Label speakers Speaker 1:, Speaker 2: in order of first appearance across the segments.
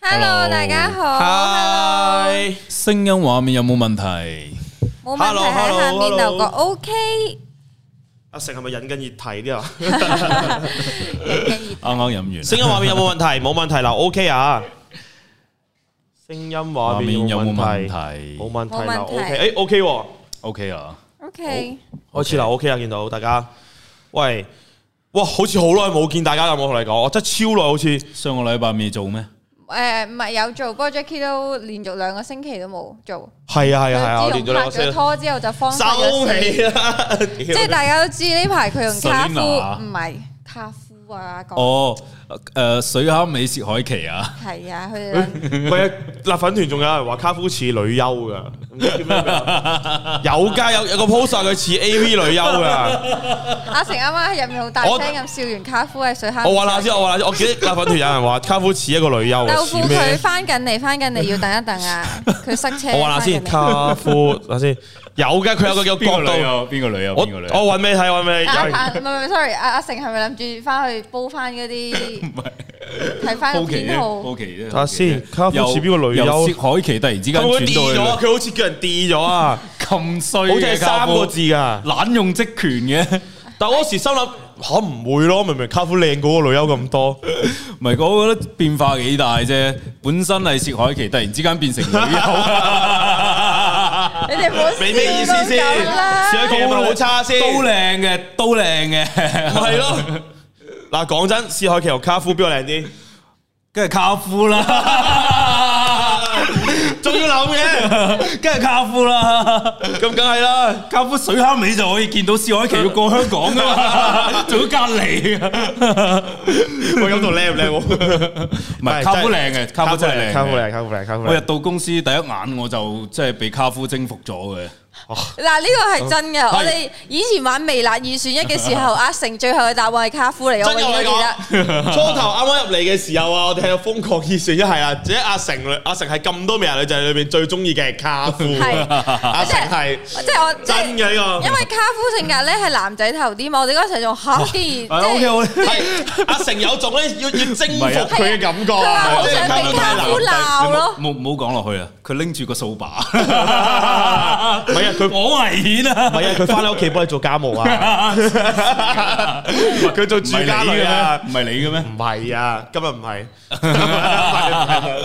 Speaker 1: Hello，大家好。Hello，
Speaker 2: Hi，聲音畫面有冇 問題？
Speaker 1: 冇問題喺下面
Speaker 3: Hello，Hello，
Speaker 1: 留個 OK，
Speaker 3: 阿啊成係咪引緊熱題啲啊？
Speaker 2: 啱啱飲完，
Speaker 3: 聲音畫面有冇問題？冇問題啦，OK 啊。聲音畫
Speaker 2: 畫面
Speaker 3: 面
Speaker 2: 有
Speaker 3: 有
Speaker 2: 冇
Speaker 3: 冇
Speaker 2: 問
Speaker 3: 問題？
Speaker 2: 題
Speaker 3: 冇問題
Speaker 1: 冇
Speaker 3: 啦
Speaker 1: 問題
Speaker 3: ，OK。誒，OK 喎，
Speaker 2: ？OK 啊，
Speaker 1: OK，
Speaker 3: 開始啦，OK 啊啦，見到大家。喂，哇，好似好耐冇見大家啦，我同你講，我真係超耐，好似
Speaker 2: 上個禮拜未做咩？
Speaker 1: 誒唔係有做，不過 Jackie 都連續兩個星期都冇做。
Speaker 3: 係啊係啊係啊，我
Speaker 1: 自
Speaker 3: 連咗
Speaker 1: 從拍
Speaker 3: 兩個
Speaker 1: 咗
Speaker 3: 星期，
Speaker 1: 拖之後就荒廢
Speaker 3: 收
Speaker 1: 咗
Speaker 3: 皮
Speaker 1: 事。
Speaker 3: 啦。
Speaker 1: 即 係大家都知呢排佢用卡夫
Speaker 2: Selena
Speaker 1: 唔係卡夫啊，講
Speaker 2: 哦，誒，水烤美薛海琪啊，
Speaker 1: 係啊，佢哋兩
Speaker 3: 喂，辣粉團仲有人話卡夫似女優噶，唔知叫 咩名有㗎有有個 post 話佢似 AV 女優㗎。
Speaker 1: 阿成啱啱喺入面好大聲
Speaker 3: 我
Speaker 1: 咁笑完卡夫喺水坑。
Speaker 3: 我話啦先，我話啦先，我記得辣粉團有人話卡夫似一個女優啊，
Speaker 1: 豆
Speaker 3: 似
Speaker 1: 腐佢
Speaker 3: 咩？
Speaker 1: 翻緊嚟，翻緊嚟要等一等啊！佢塞車。
Speaker 3: 我話啦先，
Speaker 1: 翻緊嚟
Speaker 3: 卡夫，等下先，有嘅，佢有個有角
Speaker 2: 邊個女
Speaker 3: 度，
Speaker 2: 啊？邊個女啊？
Speaker 3: 我
Speaker 2: 邊個女啊？
Speaker 3: 我揾俾你睇，揾俾你
Speaker 1: 阿
Speaker 3: 睇。
Speaker 1: 彭唔係唔係，sorry，阿 à, 阿成係咪諗住翻去煲翻嗰啲
Speaker 2: 唔係
Speaker 1: 睇翻個
Speaker 2: 好奇
Speaker 1: 編
Speaker 2: 啫，
Speaker 1: 號？
Speaker 2: 好奇啫。
Speaker 3: 睇下先卡夫似邊個女優
Speaker 2: 由薛海琪突然之間
Speaker 3: 佢會跌
Speaker 2: 轉
Speaker 3: 咗啊
Speaker 2: 到，
Speaker 3: 佢好似叫人跌咗啊，
Speaker 2: 去咁衰
Speaker 3: 好似
Speaker 2: 嘅
Speaker 3: 係
Speaker 2: 卡
Speaker 3: 三
Speaker 2: 夫
Speaker 3: 個字㗎。
Speaker 2: 濫用職權嘅。
Speaker 3: 但我嗰時心諗嚇唔會咯，明明卡夫靚過個女優咁多，
Speaker 2: 唔係，我覺得變化幾大啫。本身係薛海琪，突然之間變成女 友，
Speaker 1: 你哋唔好
Speaker 3: 你咩意思先？
Speaker 1: 笑到咁啦
Speaker 3: 小姐係咪好差 先？
Speaker 2: 都靚嘅，都靚嘅，
Speaker 3: 咪係咯。嗱，講真，薛海琪同卡夫邊個靚啲？
Speaker 2: 跟住卡夫啦，
Speaker 3: 仲要諗嘅，
Speaker 2: 跟住卡夫啦，
Speaker 3: 咁梗係啦。
Speaker 2: 卡夫水坑尾就可以見到薛海琪要過香港噶 嘛，仲要隔離。
Speaker 3: 喂，咁度靚唔靚？
Speaker 2: 唔係卡夫靚嘅，卡夫真係靚
Speaker 3: 卡夫
Speaker 2: 嘅。
Speaker 3: 靚，卡夫靚，卡夫
Speaker 2: 我入
Speaker 3: 靚。
Speaker 2: 到公司第一眼我就即係被卡夫征服咗嘅。
Speaker 1: 嗱，呢個係真嘅。我哋以前玩微辣二選一嘅時候，阿成最後嘅答案係卡夫嚟，我
Speaker 3: 真
Speaker 1: 永
Speaker 3: 我
Speaker 1: 遠都記得。
Speaker 3: 你 講，初頭啱啱入嚟嘅時候啊，我哋喺度瘋狂熱選一係啊，即係阿成，阿成係咁多美人女仔裏邊最中意嘅係卡夫，
Speaker 1: 係
Speaker 3: 阿成係
Speaker 1: 即係我即係
Speaker 3: 真嘅呢個
Speaker 1: 因為卡夫性格咧係男仔頭啲嘛，我哋嗰陣時仲嚇，竟然即係。啊
Speaker 3: 係阿成有種咧要要征服佢嘅感覺
Speaker 1: 佢話
Speaker 3: 啊，
Speaker 1: 好想
Speaker 3: 卡
Speaker 1: 俾
Speaker 3: 夫
Speaker 1: 卡夫鬧咯，
Speaker 2: 冇冇講落去啊！佢拎住個掃把，
Speaker 3: 唔係啊佢
Speaker 2: 好危險啊！
Speaker 3: 唔係啊，佢翻 嚟屋企 幫你做家務啊， 佢做住
Speaker 2: 唔係你
Speaker 3: 家
Speaker 2: 嘅
Speaker 3: 女啊
Speaker 2: 咩？唔，係你嘅咩？
Speaker 3: 唔係啊，今日唔 係。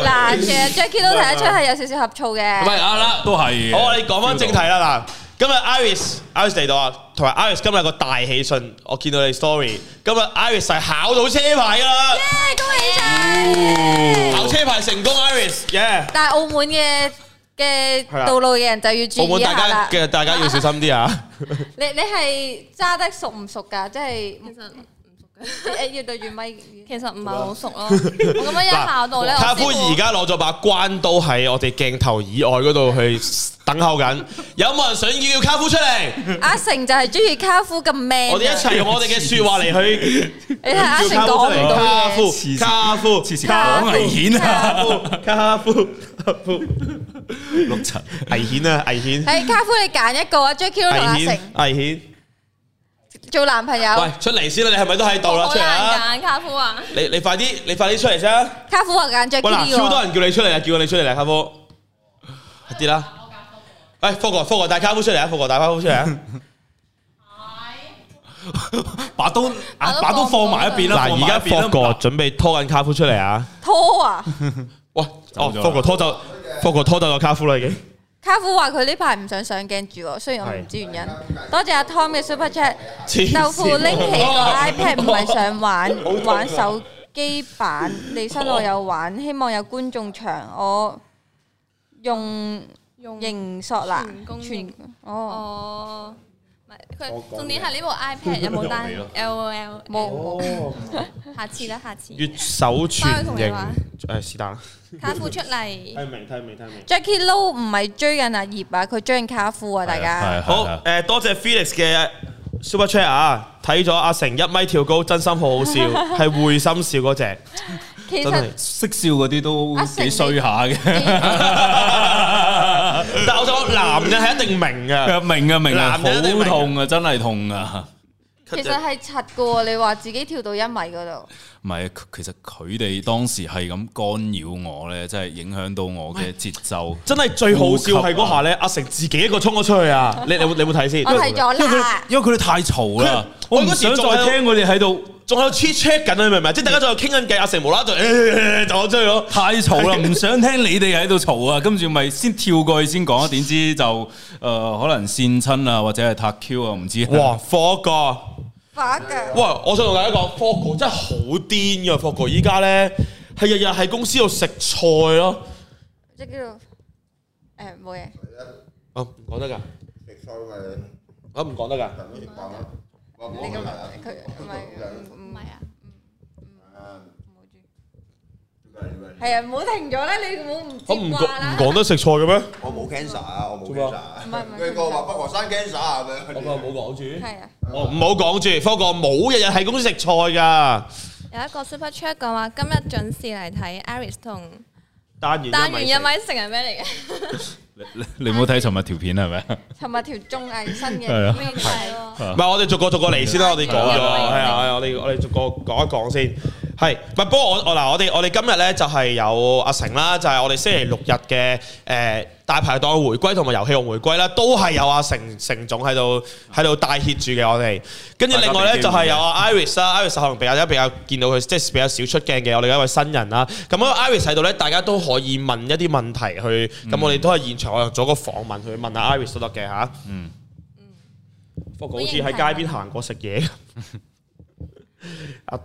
Speaker 1: 嗱，其實 Jackie 都睇得出係有少少呷醋嘅。
Speaker 3: 喂，啱啦，
Speaker 2: 都係嘅。
Speaker 3: 好，我哋講翻正題啦嗱。今日 Iris Iris 嚟到啊，同埋 Iris 今日有個大喜訊，我見到你 story。今日 Iris 係考到車牌㗎啦，
Speaker 1: 耶恭喜
Speaker 2: 哦
Speaker 1: 晒！
Speaker 3: 考車牌成功，Iris，耶！
Speaker 1: 但係澳門嘅嘅
Speaker 3: 係啊
Speaker 1: 道路嘅人就要注
Speaker 3: 澳門
Speaker 1: 意一
Speaker 3: 大
Speaker 1: 下
Speaker 3: 家
Speaker 1: 啦。
Speaker 3: 嘅大家要小心 啲啊！
Speaker 1: 你你係揸得熟唔熟㗎？即係
Speaker 4: 其實唔熟嘅，
Speaker 1: 誒要對住咪。
Speaker 4: 其實唔係好熟咯。我咁樣一考到咧，
Speaker 3: 卡
Speaker 4: 我
Speaker 3: 夫而家攞咗把關刀喺我哋鏡頭以外嗰度去 等候緊，有冇人想叫卡夫 出嚟？
Speaker 1: 阿成就係中意卡夫咁 man。
Speaker 3: 我哋一齊用我哋嘅説話嚟去
Speaker 1: 你睇阿成
Speaker 3: 叫卡夫
Speaker 1: 講
Speaker 3: 出
Speaker 1: 唔
Speaker 3: 嚟。
Speaker 1: 到
Speaker 3: 卡
Speaker 1: 嘢。
Speaker 3: 夫，卡夫，
Speaker 2: 黐線
Speaker 1: 卡夫
Speaker 2: 好危險啊！
Speaker 3: 卡夫，卡夫，卡夫。
Speaker 2: 六七
Speaker 3: 危險啊！危險，
Speaker 1: 誒，卡夫你揀一個啊，Jackie 同阿
Speaker 3: 危險
Speaker 1: 成，
Speaker 3: 危險！
Speaker 1: 做男朋友。啊
Speaker 3: 喂，出嚟先啦！你係咪都喺度啦？
Speaker 4: 好
Speaker 3: 出嚟啊！
Speaker 4: 難揀卡夫啊！
Speaker 3: 你你快啲，你快啲出嚟先啊！
Speaker 1: 卡夫我揀
Speaker 3: 喂
Speaker 1: Jackie
Speaker 3: 嗱，
Speaker 1: 呢
Speaker 3: 超多
Speaker 1: 個。
Speaker 3: 人叫你出嚟啊！叫你出嚟啦，卡夫，快啲啦！喂，福哥，福哥帶卡夫出嚟啊！福哥帶卡夫出嚟啊！
Speaker 2: 把刀啊把刀放埋一邊啦。
Speaker 3: 嗱，而家福哥準備拖緊卡夫出嚟啊！
Speaker 1: 拖啊！
Speaker 3: 喂，
Speaker 2: 走
Speaker 3: 哦，
Speaker 2: 咗啦
Speaker 3: 福哥拖走，福哥拖走個卡夫啦已經。
Speaker 1: 卡夫話佢呢排唔想上鏡住喎，雖然我唔知原因。多謝阿 Tom 嘅 Super Chat。
Speaker 3: 黐線
Speaker 1: 豆腐拎起個 iPad 唔係想玩玩手機版，你身我有玩，希望有觀眾場，我用
Speaker 4: 用
Speaker 1: 形索啦
Speaker 4: 全公，
Speaker 1: 全
Speaker 4: 形
Speaker 1: 哦
Speaker 4: 哦，唔係佢重點係呢部 iPad 有冇 單
Speaker 2: 又嚟啦
Speaker 4: L O L？
Speaker 1: 冇
Speaker 4: 下次啦，下次。
Speaker 3: 越手全
Speaker 4: 翻去同你玩
Speaker 3: 形，誒是但啦。
Speaker 4: 卡夫出嚟，
Speaker 3: 睇明，睇明，睇明。
Speaker 1: Jackie Lou 唔係追緊阿葉啊，佢追緊卡夫啊，大家。
Speaker 3: 好
Speaker 2: 好
Speaker 3: 誒，多謝 Felix 嘅 Super Chat 啊！睇咗阿成一米跳高，真心好好笑，係會心笑嗰只，
Speaker 1: 其
Speaker 3: 真係
Speaker 1: 實。
Speaker 2: 識笑嗰啲都
Speaker 1: 阿成
Speaker 2: 幾衰下嘅。
Speaker 3: 但我想講男人係一定明嘅，
Speaker 2: 明啊明啊，
Speaker 3: 男人一定明
Speaker 2: 好痛啊，真係痛啊！
Speaker 1: 其實係柒嘅喎，你話自己跳到一米嗰度，
Speaker 2: 唔係，佢其實佢哋當時係咁干擾我咧，真係影響到我嘅節奏。
Speaker 3: 真係最好笑係嗰下咧，阿成自己一個衝咗出去啊！你你有冇你有冇睇先？
Speaker 1: 我睇咗
Speaker 2: 因為
Speaker 1: 啦
Speaker 2: 佢。因為佢哋太嘈啦
Speaker 3: 佢，
Speaker 2: 我
Speaker 3: 我
Speaker 2: 唔
Speaker 3: 嗰時
Speaker 2: 想再
Speaker 3: 仲喺度
Speaker 2: 聽佢哋喺度
Speaker 3: 仲喺度 check check 緊啊！你明唔明？即係大家仲喺度傾緊偈，阿成無啦啦就誒就我 追咯。
Speaker 2: 太嘈啦，唔想聽你哋喺度嘈啊，跟住咪先跳過去先講，點知就誒、呃可能跣親啊，或者係塔 Q 啊，唔知。
Speaker 3: 哇！霍哥，
Speaker 1: 花嘅，
Speaker 3: 哇！我想同大家講，霍哥真係好癲噶。霍哥依家咧係日日喺公司度食菜咯。
Speaker 1: 即叫做誒冇嘢，
Speaker 3: 啊，唔講得㗎，
Speaker 5: 食收咪
Speaker 3: 啊唔講得㗎。
Speaker 5: 等於講啦。我
Speaker 1: 你咁
Speaker 5: À.
Speaker 1: 佢唔係唔
Speaker 4: 唔係啊，
Speaker 1: 冇住，
Speaker 5: Vâng,
Speaker 1: 係啊，唔好停咗啦，你唔好唔
Speaker 3: 我哦唔
Speaker 1: 接
Speaker 3: 講
Speaker 1: 話
Speaker 3: 唔
Speaker 1: 啦。
Speaker 3: 講得食菜嘅咩？
Speaker 5: 我冇 cancer 啊，我冇
Speaker 3: 做乜
Speaker 5: cancer 啊。
Speaker 1: 唔係唔係
Speaker 5: 佢個話北河山 cancer 啊咁樣。
Speaker 3: 冇講住。
Speaker 1: 係啊，
Speaker 3: 我哦唔好講住，霍哥冇日日喺公司食菜㗎。
Speaker 4: 有一個 super chat 講話今日準時嚟睇 Iris 同
Speaker 3: 單元
Speaker 4: 單元一
Speaker 3: 米
Speaker 4: 米成係咩嚟嘅？
Speaker 2: 你你冇睇尋日條片係 咪？
Speaker 1: 尋日條綜藝新嘅
Speaker 2: 係啊
Speaker 1: 咩
Speaker 4: 係
Speaker 1: 睇
Speaker 4: 喎。
Speaker 3: 唔係，我哋逐個逐個嚟先啦，我哋講咗，
Speaker 4: 係
Speaker 3: 係
Speaker 4: 啊
Speaker 3: 啊，係啊我哋我哋逐個講一講先。係，唔係不過我我嗱，我哋我哋今日咧就係有阿成啦，就係我哋星期六日嘅誒大排檔回歸同埋遊戲王回歸啦，都係有阿成成總喺度喺度帶協住嘅我哋。跟住另外咧就係有
Speaker 4: 啊
Speaker 3: 阿 Iris 啦，Iris 可能比較比較見到佢即係比較少出鏡嘅，我哋一位新人啦。咁嗰個 Iris 喺度咧，大家都可以問一啲問題去，咁我哋都係現場我又做個訪問去問下 Iris 都得嘅嚇。
Speaker 2: 嗯，
Speaker 3: 不過好似喺街邊行過食 嘢。阿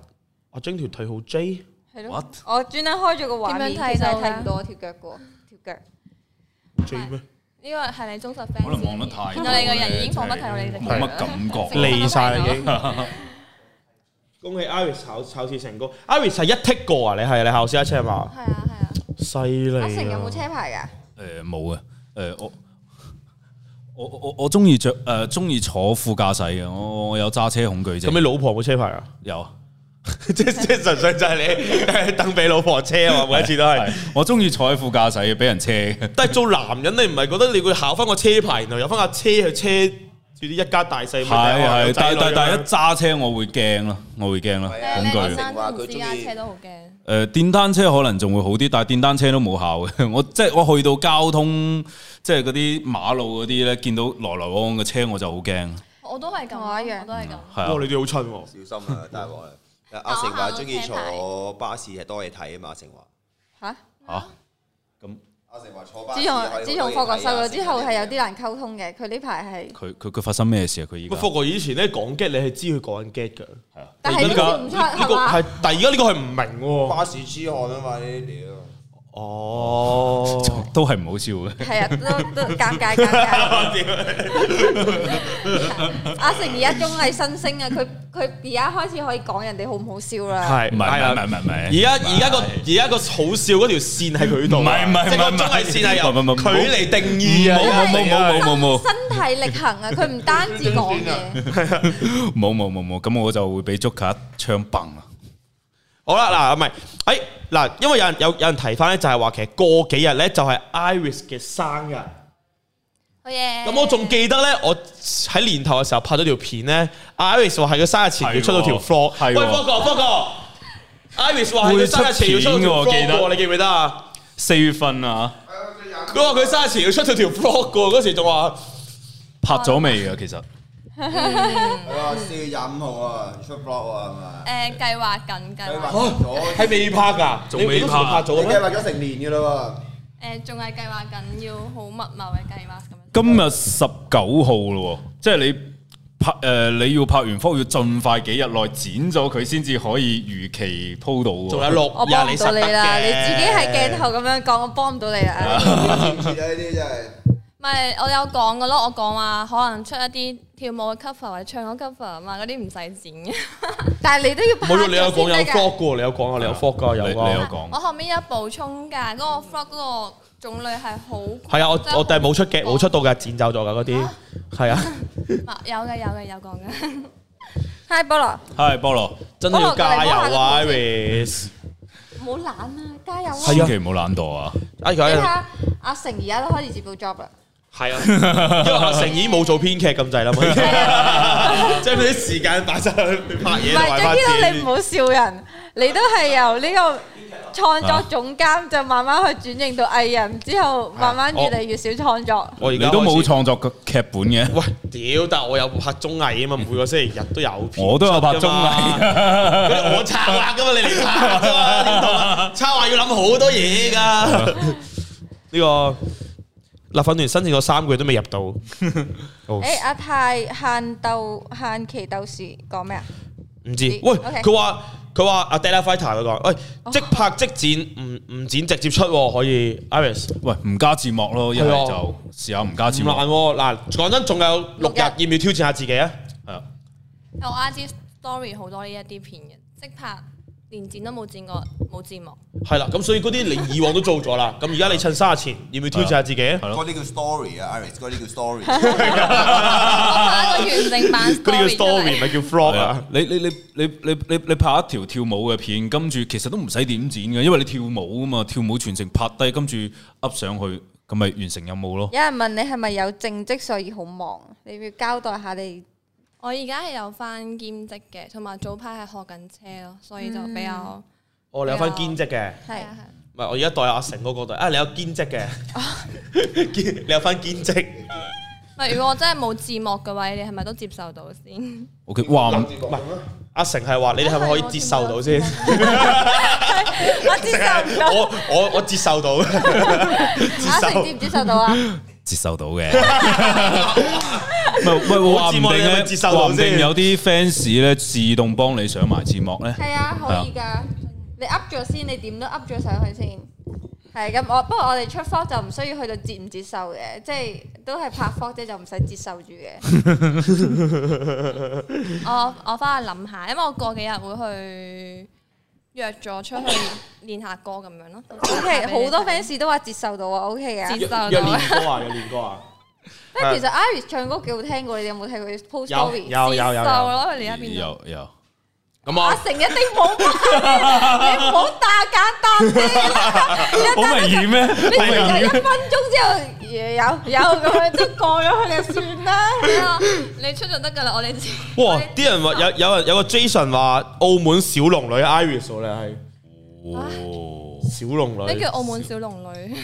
Speaker 3: 阿晶條腿好 J，
Speaker 1: 係咯
Speaker 2: What？，
Speaker 1: 我專登開咗個畫面，
Speaker 4: 點樣睇
Speaker 1: 其實
Speaker 4: 到
Speaker 1: 係
Speaker 4: 㗎
Speaker 1: 睇唔到我條腳嘅喎，條腳。
Speaker 3: J 咩？
Speaker 4: 呢個係你忠實
Speaker 2: 可能望得
Speaker 4: fans，
Speaker 2: 太
Speaker 4: 見到你個人已經放得睇到你隻腳
Speaker 2: 冇乜感 覺。
Speaker 3: 離晒啦已經。 恭喜 Iris 考考試成功，Iris 係一剔過啊！你係你考試一車嘛？
Speaker 4: 係啊係啊，
Speaker 3: 犀
Speaker 1: 阿成
Speaker 3: 利
Speaker 1: 有
Speaker 3: 啊
Speaker 1: 冇！車牌㗎？
Speaker 2: 誒冇啊，誒我。我我我中意着誒中意坐副駕駛嘅，我我有揸車恐懼
Speaker 3: 咁
Speaker 2: 症。
Speaker 3: 你老婆有冇車牌啊？
Speaker 2: 有啊，
Speaker 3: 即即係純粹就係你 等俾老婆車啊！ 每一次都係
Speaker 2: 係。我中意坐喺副駕駛嘅，俾人車 嘅。
Speaker 3: 但係做男人，你唔係覺得你會考翻個車牌，然後有翻架車去車住啲一家大
Speaker 2: 係
Speaker 3: 細咪就有
Speaker 2: 係，
Speaker 3: 仔
Speaker 2: 但
Speaker 3: 女
Speaker 2: 但但
Speaker 3: 咁
Speaker 2: 一
Speaker 3: 樣
Speaker 2: 揸車我會驚咯，我會驚咯，
Speaker 5: 係啊
Speaker 2: 恐
Speaker 4: 係
Speaker 2: 懼
Speaker 4: 啊。學
Speaker 5: 係
Speaker 4: 生
Speaker 5: 話
Speaker 4: 同
Speaker 5: 佢
Speaker 4: 私家
Speaker 5: 中意
Speaker 4: 車都好驚。
Speaker 2: 誒、呃電單車可能仲會好啲，但係電單車都冇效嘅。 我即係我去到交通，即係嗰啲馬路嗰啲咧，見到來來往往嘅車我就好驚。
Speaker 4: 我都係咁，
Speaker 1: 同我一樣
Speaker 4: 都係咁。
Speaker 2: 係
Speaker 3: 哇！
Speaker 2: 啊，
Speaker 3: 你哋好襯喎。
Speaker 5: 小心啊，大鑊啊！阿成話中意坐巴士係多嘢睇啊嘛，阿成話。
Speaker 1: 嚇！
Speaker 2: 嚇咁
Speaker 5: 阿成話坐巴士
Speaker 1: 自
Speaker 5: 可以好多嘢睇啊。
Speaker 1: 從自從霍國
Speaker 5: à,
Speaker 1: 瘦咗之後，係有啲
Speaker 5: 阿成
Speaker 1: 難溝通嘅。佢呢排係，
Speaker 2: 佢佢佢發生咩事啊？佢
Speaker 3: 個
Speaker 2: 而
Speaker 3: 霍
Speaker 2: 家
Speaker 3: 哥以前咧講 get 你係知佢講緊 get 㗎，
Speaker 1: 但係呢個唔出
Speaker 3: 呢
Speaker 1: 係
Speaker 3: 個
Speaker 1: 嘛？
Speaker 3: 係，但係而家呢個係唔明喎。
Speaker 5: 巴士痴漢啊嘛，呢啲屌。
Speaker 3: 哦，
Speaker 2: 都係唔好笑嘅。
Speaker 1: 係啊，都都尷尬尷尬。阿成而家綜藝新星啊，佢佢而家開始可以講人哋好唔好笑啦。
Speaker 3: 係
Speaker 2: 唔係
Speaker 3: 啊
Speaker 2: 唔係唔係唔係
Speaker 3: 而家而家個而家個好笑嗰條線喺佢度啊，
Speaker 2: 唔係唔係
Speaker 3: 即係個
Speaker 2: 唔係唔係
Speaker 3: 中藝線係由
Speaker 2: 唔係唔係唔係
Speaker 3: 距離定義啊，
Speaker 2: 冇冇冇冇冇冇
Speaker 1: 身體力行啊，佢唔單止講 嘢，
Speaker 2: 冇冇冇冇，咁我就會俾足卡一槍崩啊啦。
Speaker 3: 好啦，嗱，唔係，誒，嗱，因為有人有有人提翻咧，就係話其實過幾日咧就係 Iris 嘅生日，
Speaker 4: 好嘢。
Speaker 3: 咁我仲記得咧，我喺年頭嘅時候拍咗條片咧，Iris 話喺佢生日前要出到條
Speaker 2: 係喎
Speaker 3: floor，
Speaker 2: 係喎
Speaker 3: 喂，科哥科哥，Iris 話喺佢生日前要出到條
Speaker 2: 會出片
Speaker 3: floor
Speaker 2: 㗎
Speaker 3: 喎
Speaker 2: 我記得
Speaker 3: 你記唔記得啊？
Speaker 2: 四月份啊，
Speaker 3: 佢話佢生日前要出咗條 vlog 噶，嗰時仲話
Speaker 2: 拍咗未啊？其實
Speaker 5: 係啊，四月廿五號啊，出 blog 啊，係嘛？
Speaker 4: 誒計劃緊計
Speaker 5: 佢
Speaker 4: 劃
Speaker 5: 話咗，
Speaker 3: 係未拍噶，
Speaker 2: 仲未
Speaker 3: 你
Speaker 2: 拍
Speaker 3: 嗰時拍咗
Speaker 5: 你計
Speaker 3: 咩？
Speaker 5: 劃咗成年㗎啦
Speaker 4: 誒，仲係計劃緊要好密謀嘅計劃咁樣。
Speaker 2: 今日十九號咯喎，即係你拍誒、你要拍完科要盡快幾日內剪咗佢，先至可以如期鋪到喎。
Speaker 3: 仲有六
Speaker 1: 我
Speaker 3: 日
Speaker 1: 幫
Speaker 3: 你
Speaker 1: 唔
Speaker 3: 實
Speaker 1: 到
Speaker 3: 得
Speaker 1: 你啦。
Speaker 3: 嘅
Speaker 1: 你自己喺鏡頭咁樣講，我幫唔到你啦。
Speaker 5: 喎，知唔知啊？呢啲真係。
Speaker 4: 唔係，我有講嘅咯，我講話可能出一啲跳舞嘅 cover 或者唱歌 cover 啊嘛，嗰啲唔使剪嘅。
Speaker 1: 但係你都要拍
Speaker 3: 冇用，你有
Speaker 1: 咗
Speaker 3: 講有
Speaker 1: 先得㗎。
Speaker 3: vlog 噶，你有講啊，你有 vlog 噶，
Speaker 2: 你
Speaker 3: 有啊
Speaker 2: 你有。講
Speaker 4: 我後面有補充㗎，嗰個 frog 嗰個種類係好
Speaker 3: 係啊，我我但係冇出嘅，冇出到嘅，剪走咗噶嗰啲。係啊，
Speaker 4: 有嘅有嘅有講嘅。
Speaker 1: Hi 菠蘿，
Speaker 2: 嗨，菠蘿。
Speaker 3: 真係要加油啊
Speaker 1: 我落過嚟
Speaker 3: ，Iris！
Speaker 1: 冇懶啊，加油啊！
Speaker 3: 係
Speaker 2: 千
Speaker 3: 啊
Speaker 2: 祈唔好懶惰啊！
Speaker 3: 啊，
Speaker 1: 你睇
Speaker 3: 佢
Speaker 1: 下阿成而家都開始接到 job 啦，
Speaker 3: 係啊，因為阿成已經冇做編劇 咁滯啦嘛，即係佢啲時間擺晒去拍
Speaker 1: 唔
Speaker 3: 嘢
Speaker 1: 係
Speaker 3: 同埋拍
Speaker 1: Jackie 啦，你唔
Speaker 3: 片。
Speaker 1: 好笑人，你都係由呢個創作總監就慢慢去轉型到藝人，之後慢
Speaker 3: 啊
Speaker 1: 慢越嚟越少創作。
Speaker 3: 我而
Speaker 2: 你
Speaker 3: 家
Speaker 2: 都冇
Speaker 3: 開始
Speaker 2: 創作劇本嘅，
Speaker 3: 喂，屌！但我有拍綜藝啊嘛，每個星期日都有片
Speaker 2: 我都有拍綜
Speaker 3: 出㗎嘛
Speaker 2: 藝，
Speaker 3: 嗰啲我策劃噶嘛，你嚟拍啫嘛，呢度啊策劃要諗好多嘢 噶。呢個立法團申請咗三個月都未入 到。哦
Speaker 1: 誒，阿泰限鬥限期鬥士講咩啊？
Speaker 3: 唔知，
Speaker 1: 知
Speaker 3: 喂，
Speaker 1: OK 哦
Speaker 3: 佢話佢話阿 Data Fighter 佢講，喂，即拍即剪，唔唔剪直接出喎，可以 Iris
Speaker 2: 喂，唔加字幕咯，一
Speaker 3: 係啊
Speaker 2: 係就試下唔加字
Speaker 3: 唔
Speaker 2: 幕。
Speaker 3: 難喎，嗱，講真，仲有六日，要唔要挑戰下自己啊？
Speaker 2: 係啊
Speaker 4: 我 IG story 好多呢一啲片嘅，即拍連剪都冇剪過，冇字幕。
Speaker 3: 係啦，咁所以嗰啲你以往都做咗啦，咁而家你趁生日前，要唔要挑戰下自己啊？
Speaker 2: 係咯
Speaker 5: 嗰啲叫 story 啊，Iris，嗰啲叫 story。
Speaker 4: 我拍一個完整 版
Speaker 3: 嗰啲叫
Speaker 4: story 出
Speaker 3: story
Speaker 4: 嚟。
Speaker 3: 咪叫 vlog
Speaker 2: 係
Speaker 3: 啊
Speaker 2: 啊？你你你你你你你拍一條跳舞嘅片，跟住其實都唔使點剪嘅，因為你跳舞啊嘛，跳舞全程拍低，跟住 up 上去，咁咪完成任務咯。
Speaker 1: 有人問你係咪有正職所以好忙？你要交代下你
Speaker 4: 我而家係有翻兼職嘅，同埋早排係學緊車咯，所以就比較
Speaker 3: 哦，你有翻兼職嘅，
Speaker 1: 係
Speaker 4: 嗯係啊係。
Speaker 3: 唔係我而家代阿成嗰個代啊，你有兼職嘅， 兼你有翻兼職，
Speaker 4: 唔係如果我真係冇字幕嘅位，你係咪都接受到 先？
Speaker 2: OK，哇，唔
Speaker 3: 阿成係話你哋係咪可以接受到先？
Speaker 1: 我接受唔到，
Speaker 3: 我我我接受到，接
Speaker 1: 阿
Speaker 3: 受
Speaker 1: 成接。唔接受 到啊？
Speaker 2: 接受到 嘅。唔係唔係話唔定
Speaker 3: 我知我有冇
Speaker 2: 咧，
Speaker 3: 接受
Speaker 2: 話
Speaker 3: 到
Speaker 2: 唔
Speaker 3: 先
Speaker 2: 定有啲 fans 咧自動幫你上埋字幕咧。
Speaker 1: 係啊，可以㗎。你 up 咗先，你點都 up 咗上去先。係咁，我不過我哋出 f 就唔需要去到接唔接受嘅，即係都係拍 f 啫，就唔使接受住嘅。
Speaker 4: 我我翻去諗下，因為我過幾日會去約咗出去練下歌咁 樣咯。
Speaker 1: O K，好多 fans 都話接受到啊，O K 嘅。
Speaker 4: 接受到
Speaker 3: 有練歌啊，有練歌啊，
Speaker 1: 不過其實 Iris 唱歌幾好聽㗎，你哋有冇睇佢 post
Speaker 3: 有
Speaker 1: story？
Speaker 3: 有有
Speaker 4: 接
Speaker 3: 有
Speaker 4: 受
Speaker 3: 有。
Speaker 4: 咯，你一邊
Speaker 2: 有有，
Speaker 3: 咁
Speaker 1: 阿
Speaker 3: 啊，
Speaker 1: 成一定冇，
Speaker 4: 哎
Speaker 1: 你唔好打簡單啲啦，一
Speaker 2: 好
Speaker 1: 單
Speaker 2: 明顯咩？
Speaker 1: 你
Speaker 4: 哎
Speaker 1: 就一分鐘之後 有有咁 樣即係過咗去就算啦。
Speaker 4: 你出就得㗎啦，我哋知。
Speaker 3: 哇！啲人話有有人有個 Jason 話澳門小龍女 Iris，我哋
Speaker 2: 哦
Speaker 3: 係小龍
Speaker 4: 咩
Speaker 3: 女
Speaker 4: 叫。澳門小龍女？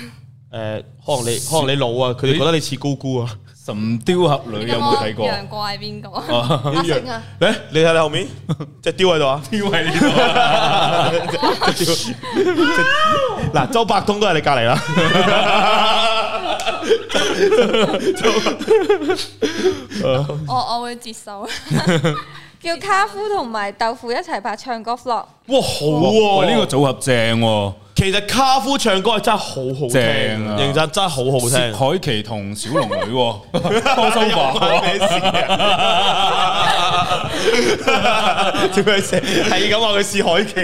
Speaker 3: 誒，可能你可能你老啊，佢哋覺得你似高姑啊。
Speaker 2: 神雕俠侶有冇睇過？
Speaker 4: 楊過係邊個？
Speaker 3: 哦
Speaker 1: 阿成啊，
Speaker 3: 誒，你睇你後面隻雕喺度啊！
Speaker 2: 因為呢度
Speaker 3: 嗱，周伯通都喺你隔離啦。
Speaker 4: 我我會 接受。
Speaker 1: 叫卡夫同埋豆腐一齊拍唱歌 vlog，
Speaker 3: 哇，好啊
Speaker 2: 哇，呢
Speaker 3: 呢
Speaker 2: 個組合正喎。
Speaker 3: 個其實卡夫唱歌係真係好好聽，
Speaker 2: 正啊
Speaker 3: 認真真係好好
Speaker 2: 薛
Speaker 3: 聽。
Speaker 2: 凱琪同小龍女喎
Speaker 3: Dạ,
Speaker 2: crossover
Speaker 3: 啊 做咩事？係咁話佢似海琪，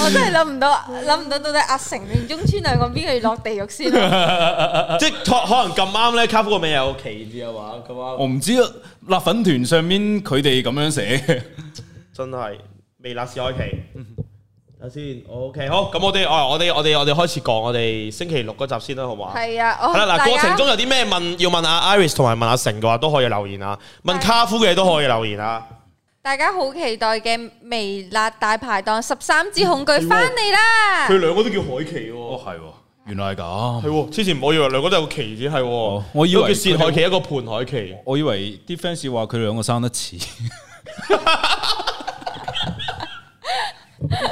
Speaker 1: 我真係諗唔到，諗唔到到底阿成定中村兩個邊個要落地獄先 啊？
Speaker 3: 即係可可能咁啱咧，卡夫個名有個奇字嘅話，咁啱
Speaker 2: 我唔知啊，辣粉團上面佢哋咁樣寫，
Speaker 3: 真係未辣似海琪。睇下先，OK，好，咁我哋哦我哋我哋我哋開始講我哋星期六嗰集先啦，好嘛？
Speaker 1: 係啊，我
Speaker 3: 係啦，嗱，過程
Speaker 1: 大家
Speaker 3: 中有啲咩問要問阿 Iris 同埋問阿成嘅話，都可以留言啊。問卡夫嘅嘢都可以留言啊。
Speaker 1: 大家好期待嘅微辣大排檔十三支恐懼
Speaker 3: 啊
Speaker 1: 翻嚟
Speaker 3: 佢
Speaker 1: 啦！
Speaker 3: 兩個都叫海琪
Speaker 2: 哦
Speaker 3: 喎。
Speaker 2: 係喎，原來係咁
Speaker 3: 係。喎，之前我以為兩個都有個旗子，係喎。
Speaker 2: 哦我以為
Speaker 3: 一個叫薛海琪，一個盤海琪。
Speaker 2: 我以為啲 fans 話佢兩個生得似，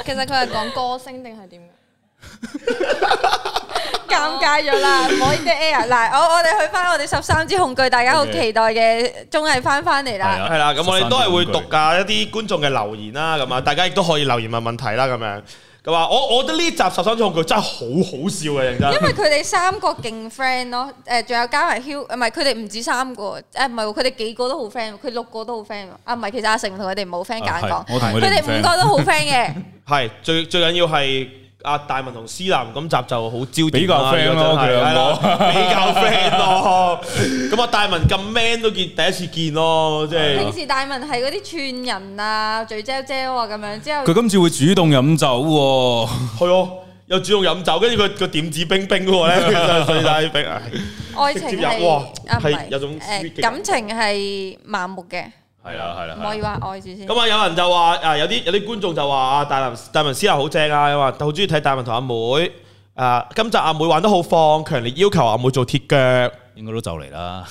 Speaker 4: 其實佢係講歌星定係點嘅？
Speaker 1: 尷尬咗啦，唔好 i n air。嗱， 我我哋去翻我哋十三支恐懼，大家好
Speaker 3: Okay
Speaker 1: 期待嘅綜藝翻翻嚟
Speaker 2: 係
Speaker 1: 啦
Speaker 2: 啊。
Speaker 3: 係啦，咁我哋都係會讀
Speaker 2: 13
Speaker 3: 噶一啲觀眾嘅留言啦，咁啊，大家亦都可以留言問問題啦，咁樣。咁啊，我我覺得呢集十三種句真係好好笑嘅，認真
Speaker 1: 因。為佢哋三個勁 friend 咯，誒，仲有加埋 Hugh，唔係佢哋唔止三個，誒，唔係喎，佢哋幾個都好 friend，佢六個都好 friend 喎啊，唔係，其實阿成同佢哋冇 friend
Speaker 2: 啊
Speaker 1: 揀
Speaker 2: 係
Speaker 1: 講，
Speaker 2: 我同佢
Speaker 1: 佢
Speaker 2: 哋
Speaker 1: 哋
Speaker 2: 唔
Speaker 1: 五
Speaker 2: friend
Speaker 1: 個都好 friend 嘅，
Speaker 3: 係最最緊要係阿大文同思南咁集就好焦點啦
Speaker 2: 比較 friend 咯
Speaker 3: 如果真係
Speaker 2: 佢兩個
Speaker 3: 係啦比較 friend 咯。咁啊，大文咁 man 都見第一次見咯，即
Speaker 1: 平
Speaker 3: 係
Speaker 1: 時大文係嗰啲 串人啊、嘴啫啫啊咁樣，之後
Speaker 2: à. 佢今次會主動飲酒喎，
Speaker 3: 係咯。又主動飲酒，跟住佢個點子冰冰嗰個咧，水打冰，唉
Speaker 1: 愛情
Speaker 3: 直接入哇
Speaker 1: 係啊唔
Speaker 3: 係有種
Speaker 1: 係
Speaker 3: sweet 嘅
Speaker 1: 誒感情係盲目嘅，
Speaker 2: 係啦係啦
Speaker 1: 唔可
Speaker 2: 係啦。
Speaker 1: 以話愛住先。
Speaker 3: 咁啊，有人就話啊，有啲有啲觀眾就話啊，大文大文師奶好正啊，話好中意睇大文同阿妹。啊，今集阿妹玩得好放，強烈要求阿妹做鐵腳。
Speaker 2: 應該都就嚟啦，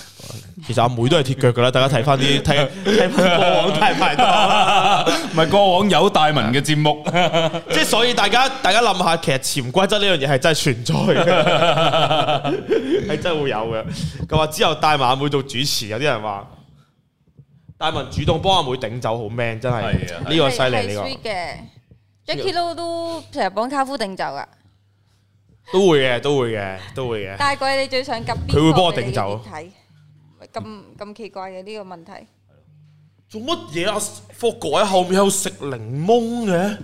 Speaker 3: 其實阿妹都係鐵腳噶啦，大家睇翻 啲睇睇翻過往大排檔，
Speaker 2: 唔係過往有大文嘅節目，
Speaker 3: 即係所以大家大家諗下，其實潛規則呢樣嘢係真係存在 嘅，係真係會有嘅。佢話之後帶埋阿妹做主持，有啲人話大文主動幫阿妹頂酒好 man，真係
Speaker 2: 係啊
Speaker 3: 呢個犀
Speaker 1: 係
Speaker 3: 利呢
Speaker 1: sweet 嘅。Jackie
Speaker 3: 啊
Speaker 1: Lou 都成日幫卡夫定酒噶，
Speaker 3: 個都會嘅，都會嘅，都會嘅。
Speaker 1: 大貴你最想及邊個？
Speaker 3: 佢會幫我定酒啊
Speaker 1: 睇咁咁奇怪嘅呢個問題。
Speaker 3: 做乜嘢啊？霍哥喺後面有食檸檬嘅，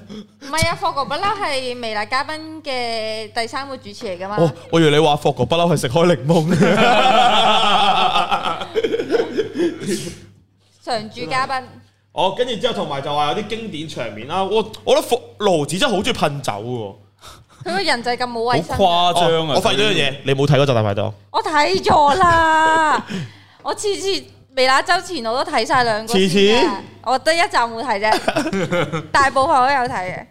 Speaker 1: 唔係啊，霍哥不嬲係微辣嘉賓嘅第三個主持嚟噶嘛。
Speaker 3: 哦，我以為你話霍哥不嬲係食開檸檬。
Speaker 1: 常駐嘉賓，
Speaker 3: 哦，跟住之後同埋就話有啲經典場面啦。我我覺得霍盧子真係好中意噴酒嘅喎。
Speaker 1: 佢個人就係咁冇
Speaker 2: 好
Speaker 1: 衞生㗎。
Speaker 2: 誇張啊！
Speaker 3: 哦我發現咗樣嘢，你冇睇嗰集大排檔，
Speaker 1: 我睇咗啦， 我次次微辣周前我都睇晒兩個先㗎。
Speaker 3: 次次
Speaker 1: 我得一集冇睇啫，大部分我都有睇嘅。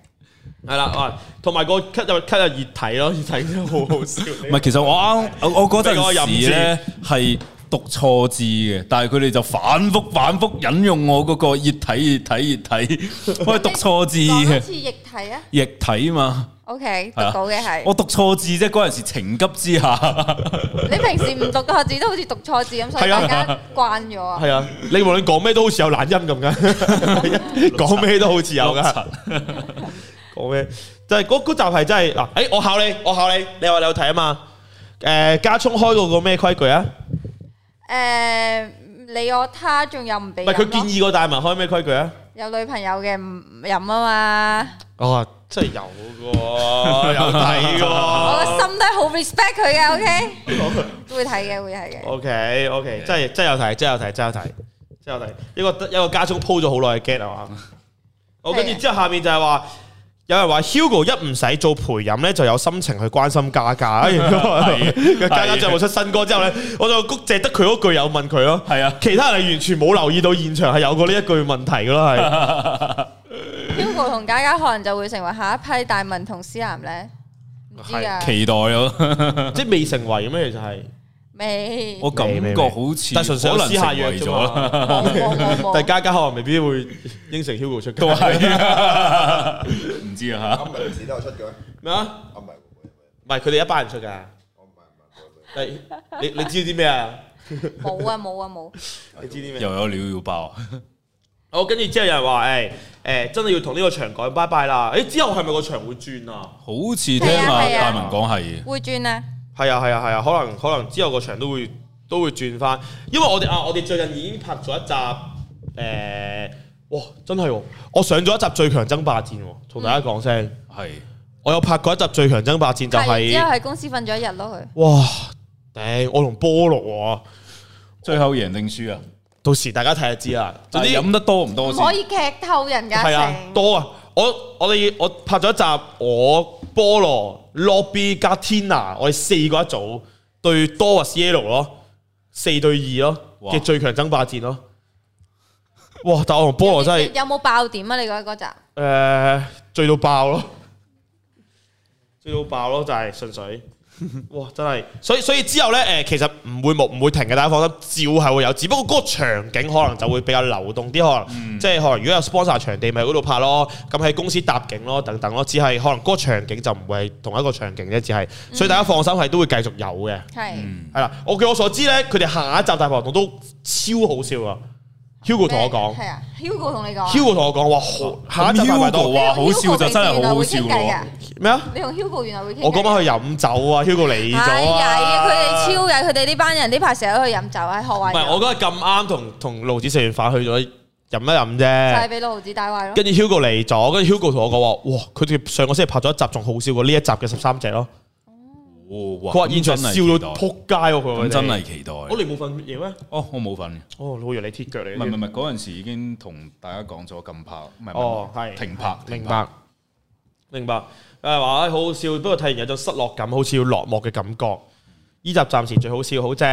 Speaker 3: 係啦，啊，同埋個咳又咳又熱睇咯，熱 睇真係好好笑。
Speaker 2: 唔係，其實我啱我我嗰陣時咧係讀錯字嘅，但係佢哋就反覆反覆引用我嗰個熱體熱體熱 體，我係讀錯字
Speaker 1: 講多
Speaker 2: 嘅
Speaker 1: 次液體啊
Speaker 2: 液體嘛，
Speaker 1: ，OK，讀
Speaker 2: 係啊
Speaker 1: 到嘅係。
Speaker 2: 我讀錯字啫，嗰陣時情急之下，
Speaker 1: 你平時唔讀錯字都好似讀錯字咁，所以
Speaker 3: 係啊
Speaker 1: 大家慣咗啊。
Speaker 3: 係啊，你無論講咩都好似有懶音咁 㗎，講咩都好似有㗎。講咩？就係嗰嗰集係真係嗱，誒、我考你，我考你，你話你有睇啊嘛？誒、加聰開嗰個咩規矩啊？
Speaker 1: 誒，你我他仲有唔俾
Speaker 3: 唔係
Speaker 1: 飲
Speaker 3: 佢建
Speaker 1: 咯？
Speaker 3: 議個大文開咩規矩啊？
Speaker 1: 有女朋友嘅唔飲啊嘛。
Speaker 3: 哦，真係有嘅喎，有睇嘅
Speaker 1: 我
Speaker 3: 喎。
Speaker 1: 個心都係好 respect 佢嘅，OK，會睇嘅，會睇 嘅。
Speaker 3: O K O K，真係真有睇，真有睇，真有睇，真有睇。一個一個家中鋪咗好耐嘅 get 啊嘛。好，跟住之後下面就係話，有人話 Hugo 一唔使做陪飲咧，就有心情去關心嘉嘉。 哎呀嘉嘉最後出新歌之後咧，我就谷借得佢嗰句有問佢咯。
Speaker 2: 係啊，
Speaker 3: 其他人係完全冇留意到現場係有過呢一句問題㗎咯， 係
Speaker 1: Hugo 同嘉嘉可能就會成為下一批大文同思南咧，唔知啊，
Speaker 2: 期待 咯，
Speaker 3: 即係未成為嘅咩？其實係，
Speaker 1: 未
Speaker 2: 我感覺好似
Speaker 3: 但係純粹
Speaker 2: 可
Speaker 3: 有
Speaker 2: 能
Speaker 3: 私下
Speaker 2: 成
Speaker 3: 約
Speaker 2: 為
Speaker 3: 啫
Speaker 2: 咗啦，
Speaker 3: 嘛。
Speaker 1: 冇冇冇，
Speaker 3: 但係嘉嘉可能未必會應承 Hugo 出
Speaker 2: 都
Speaker 3: 街
Speaker 2: 係啊 唔知啊
Speaker 5: 啱咪錢都有出嘅咩？
Speaker 3: 咩啊？
Speaker 5: 啱咪會唔會？
Speaker 3: 唔係佢哋一班人出㗎。
Speaker 5: 我唔係唔係會唔會？
Speaker 3: 但係你你知啲咩啊？
Speaker 1: 冇啊冇啊冇，
Speaker 3: 你知啲
Speaker 2: 嚇，
Speaker 3: 咩？
Speaker 5: Dạ.
Speaker 2: 又有料要爆啊，
Speaker 3: 好，跟住之後有人話誒誒，真係要同呢個場講拜拜啦！誒之後係咪個場會轉啊？
Speaker 2: 好似聽阿
Speaker 1: 係啊係啊
Speaker 2: 大文講係，
Speaker 1: 會轉啊，
Speaker 3: 係啊係啊係啊，可能可能之後個場都會都會轉翻，因為我哋啊我哋最近已經拍咗一集誒、哇真係喎、我上咗一集最強爭霸戰喎，同大家講聲，
Speaker 2: 係
Speaker 3: 我有拍過一集最強爭霸戰就
Speaker 1: 係
Speaker 3: 係、
Speaker 1: 完之後喺公司瞓咗一日咯佢，
Speaker 3: 哇頂我同菠蘿喎、
Speaker 2: 最後贏定輸啊？
Speaker 3: 到時大家睇就知啦。總
Speaker 2: 但
Speaker 3: 之
Speaker 2: 係飲得多唔多
Speaker 1: 唔
Speaker 2: 先？
Speaker 1: 可以劇透人家
Speaker 3: 係啊，
Speaker 1: 成，
Speaker 3: 多啊！我我哋我拍咗一集，我菠蘿、Lobby 加 Tina，我哋四個一組對 Doris Yellow 咯，四對二咯
Speaker 2: 哇
Speaker 3: 嘅最強爭霸戰咯。哇！但我同菠蘿真係
Speaker 1: 有冇爆點啊？你覺得嗰集
Speaker 3: 誒呃醉到爆咯，醉到爆咯，就係、純粹。哇！真係，所以所以之後呢，誒、呃其實唔會冇唔會停嘅，大家放心，照係會有，只不過嗰個場景可能就會比較流動啲，可能、即係可能如果有 sponsor 場地，咪喺嗰度拍咯，咁喺公司搭景咯，等等咯，只係可能嗰個場景就唔會係同一個場景啫，只係，所以大家放心係都會繼續有嘅，
Speaker 1: 係
Speaker 3: 係啦、我據我所知呢，佢哋下一集大排檔都超好笑啊！Hugo 同我講
Speaker 1: 係啊，Hugo 同你講啊
Speaker 3: ，Hugo 同我講話好，下一集大排檔
Speaker 2: Hugo 話好笑就真係好好笑
Speaker 1: 你同 Hugo 平時原來會傾偈
Speaker 2: 喎
Speaker 1: 㗎。
Speaker 3: 咩啊？
Speaker 1: 你同 Hugo 原來會傾偈㗎，
Speaker 3: 我嗰晚去飲酒啊，Hugo 嚟咗
Speaker 1: 係
Speaker 3: 啊！
Speaker 1: 啊，佢哋超曳，佢哋呢班人呢排成日都去飲酒喺學
Speaker 3: 唔
Speaker 1: 壞
Speaker 3: 係，我
Speaker 1: 咗，
Speaker 3: 嗰日咁啱同同盧子食完飯去咗飲一飲
Speaker 1: 就係
Speaker 3: 啫。
Speaker 1: 俾老胡子帶壞咯。
Speaker 3: 跟住 Hugo 嚟咗，跟住 Hugo 同我講話：，哇！佢哋上個星期拍咗一集，仲好笑過呢一集嘅十三隻咯。
Speaker 2: 哦哇
Speaker 3: 佢話現場
Speaker 2: 咁
Speaker 3: 笑
Speaker 2: 真係
Speaker 3: 到
Speaker 2: 期
Speaker 3: 撲街喎！佢
Speaker 2: 待
Speaker 3: 話
Speaker 2: 咁真
Speaker 3: 佢哋
Speaker 2: 係期待。
Speaker 3: 我你冇瞓嘢咩？
Speaker 2: 哦，我冇份嘅，
Speaker 3: 哦，老楊你鐵腳嚟
Speaker 2: 唔係唔係
Speaker 3: 嘅
Speaker 2: 唔。係，嗰陣時已經同大家講咗禁拍，唔係唔係
Speaker 3: 哦係
Speaker 2: 停拍，
Speaker 3: 明
Speaker 2: 停拍。
Speaker 3: 白。明白。誒話唉好好笑，不過睇完有種失落感，好似要落幕嘅感覺。依集暫時最好笑，好正，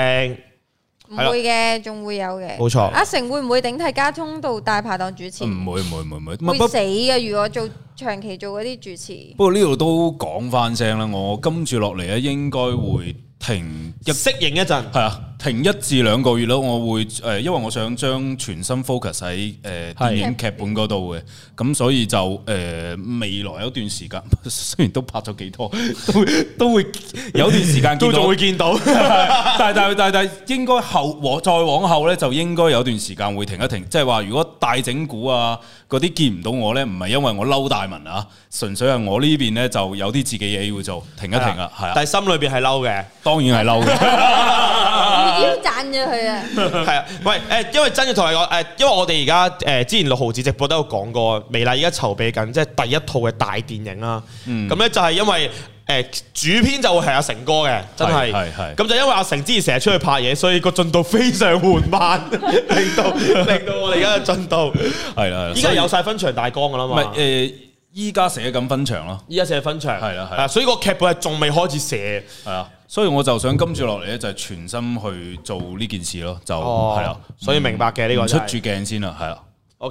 Speaker 1: 唔
Speaker 3: 係啦
Speaker 1: 會嘅，仲會有嘅。
Speaker 3: 冇錯
Speaker 1: 阿成會唔會頂替加通道大排檔主持？
Speaker 2: 唔會唔會唔會唔會，
Speaker 1: 會
Speaker 2: 不
Speaker 1: 死嘅。如果做長期做嗰啲主持，
Speaker 2: 不過呢度都講翻聲啦，我跟住落嚟咧應該會停一
Speaker 3: 適應一陣。
Speaker 2: 係啊，停一至兩個月咯，我會誒、呃因為我想將全心 focus 喺誒、呃、
Speaker 3: 係
Speaker 2: 電影劇本嗰度嘅，咁所以就誒、呃未來有段時間， 雖然都拍咗幾多，都都會有段時間見
Speaker 3: 都仲
Speaker 2: 到
Speaker 3: 會，見到，
Speaker 2: 但係但係但係但係應該後往再往後咧，就應該有段時間會停一停，即係話如果大整蠱啊嗰啲見唔到我咧，唔係因為我嬲大文啊，純粹係我呢邊咧就有啲自己嘢要做，停一停啊， 係啊，
Speaker 3: 但係心裏邊係 嬲嘅。
Speaker 2: 當然係嬲 嘅，
Speaker 1: 要讚咗佢啊！
Speaker 3: 係啊，喂，誒，因為真要同你講，誒，因為我哋而家誒之前六毫子直播都有講過，微辣而家籌備緊即係第一套嘅大電影啦。
Speaker 2: 嗯
Speaker 3: 咁咧就係因為誒主編就會係阿成哥嘅，真
Speaker 2: 係
Speaker 3: 係。
Speaker 2: 係係
Speaker 3: 咁就因為阿成之前成日出去拍嘢，所以個進度非常緩 慢，令到令到我哋而家嘅進度。
Speaker 2: 係啦，係啦
Speaker 3: 依家有啊晒分場大綱㗎啦
Speaker 2: 唔係
Speaker 3: 嘛。
Speaker 2: 誒，依家寫緊分場咯，
Speaker 3: 依家寫分場，
Speaker 2: 係啦係啦
Speaker 3: 啊所以個劇本係仲未開始寫。
Speaker 2: 係啊，所以我就想跟住落嚟咧，就係全心去做呢件事咯，就
Speaker 3: 哦
Speaker 2: 係啊，
Speaker 3: 所以明白嘅呢個
Speaker 2: 唔出
Speaker 3: 真係
Speaker 2: 住鏡先啦，係啊，
Speaker 3: O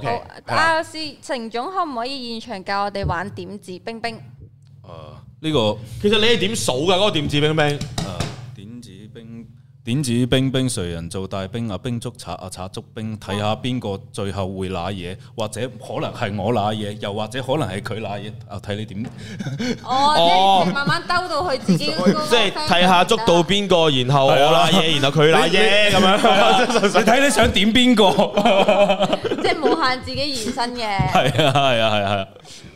Speaker 1: 好
Speaker 3: K，
Speaker 1: 阿是成總可唔可以現場教我哋玩點字冰冰？
Speaker 2: 呢個誒
Speaker 3: 其實你係點數㗎？嗰個點字冰冰？
Speaker 2: 點子兵。點子兵兵，誰人做大兵啊？兵捉賊啊，賊捉兵，睇下邊個最後會揦嘢，或者可能係我揦嘢，又或者可能係佢揦嘢啊？睇你點
Speaker 1: 哦，即係慢慢兜到佢自己 嗰個 friend
Speaker 3: 即係睇下捉到邊個，然後我
Speaker 2: 係
Speaker 3: 拉
Speaker 2: 啊
Speaker 3: 嘢，然後佢拉
Speaker 2: 你
Speaker 3: 嘢咁樣。
Speaker 2: 你睇你想點邊個？
Speaker 1: 即係無限自己延伸 嘅。
Speaker 2: 係啊係啊係啊！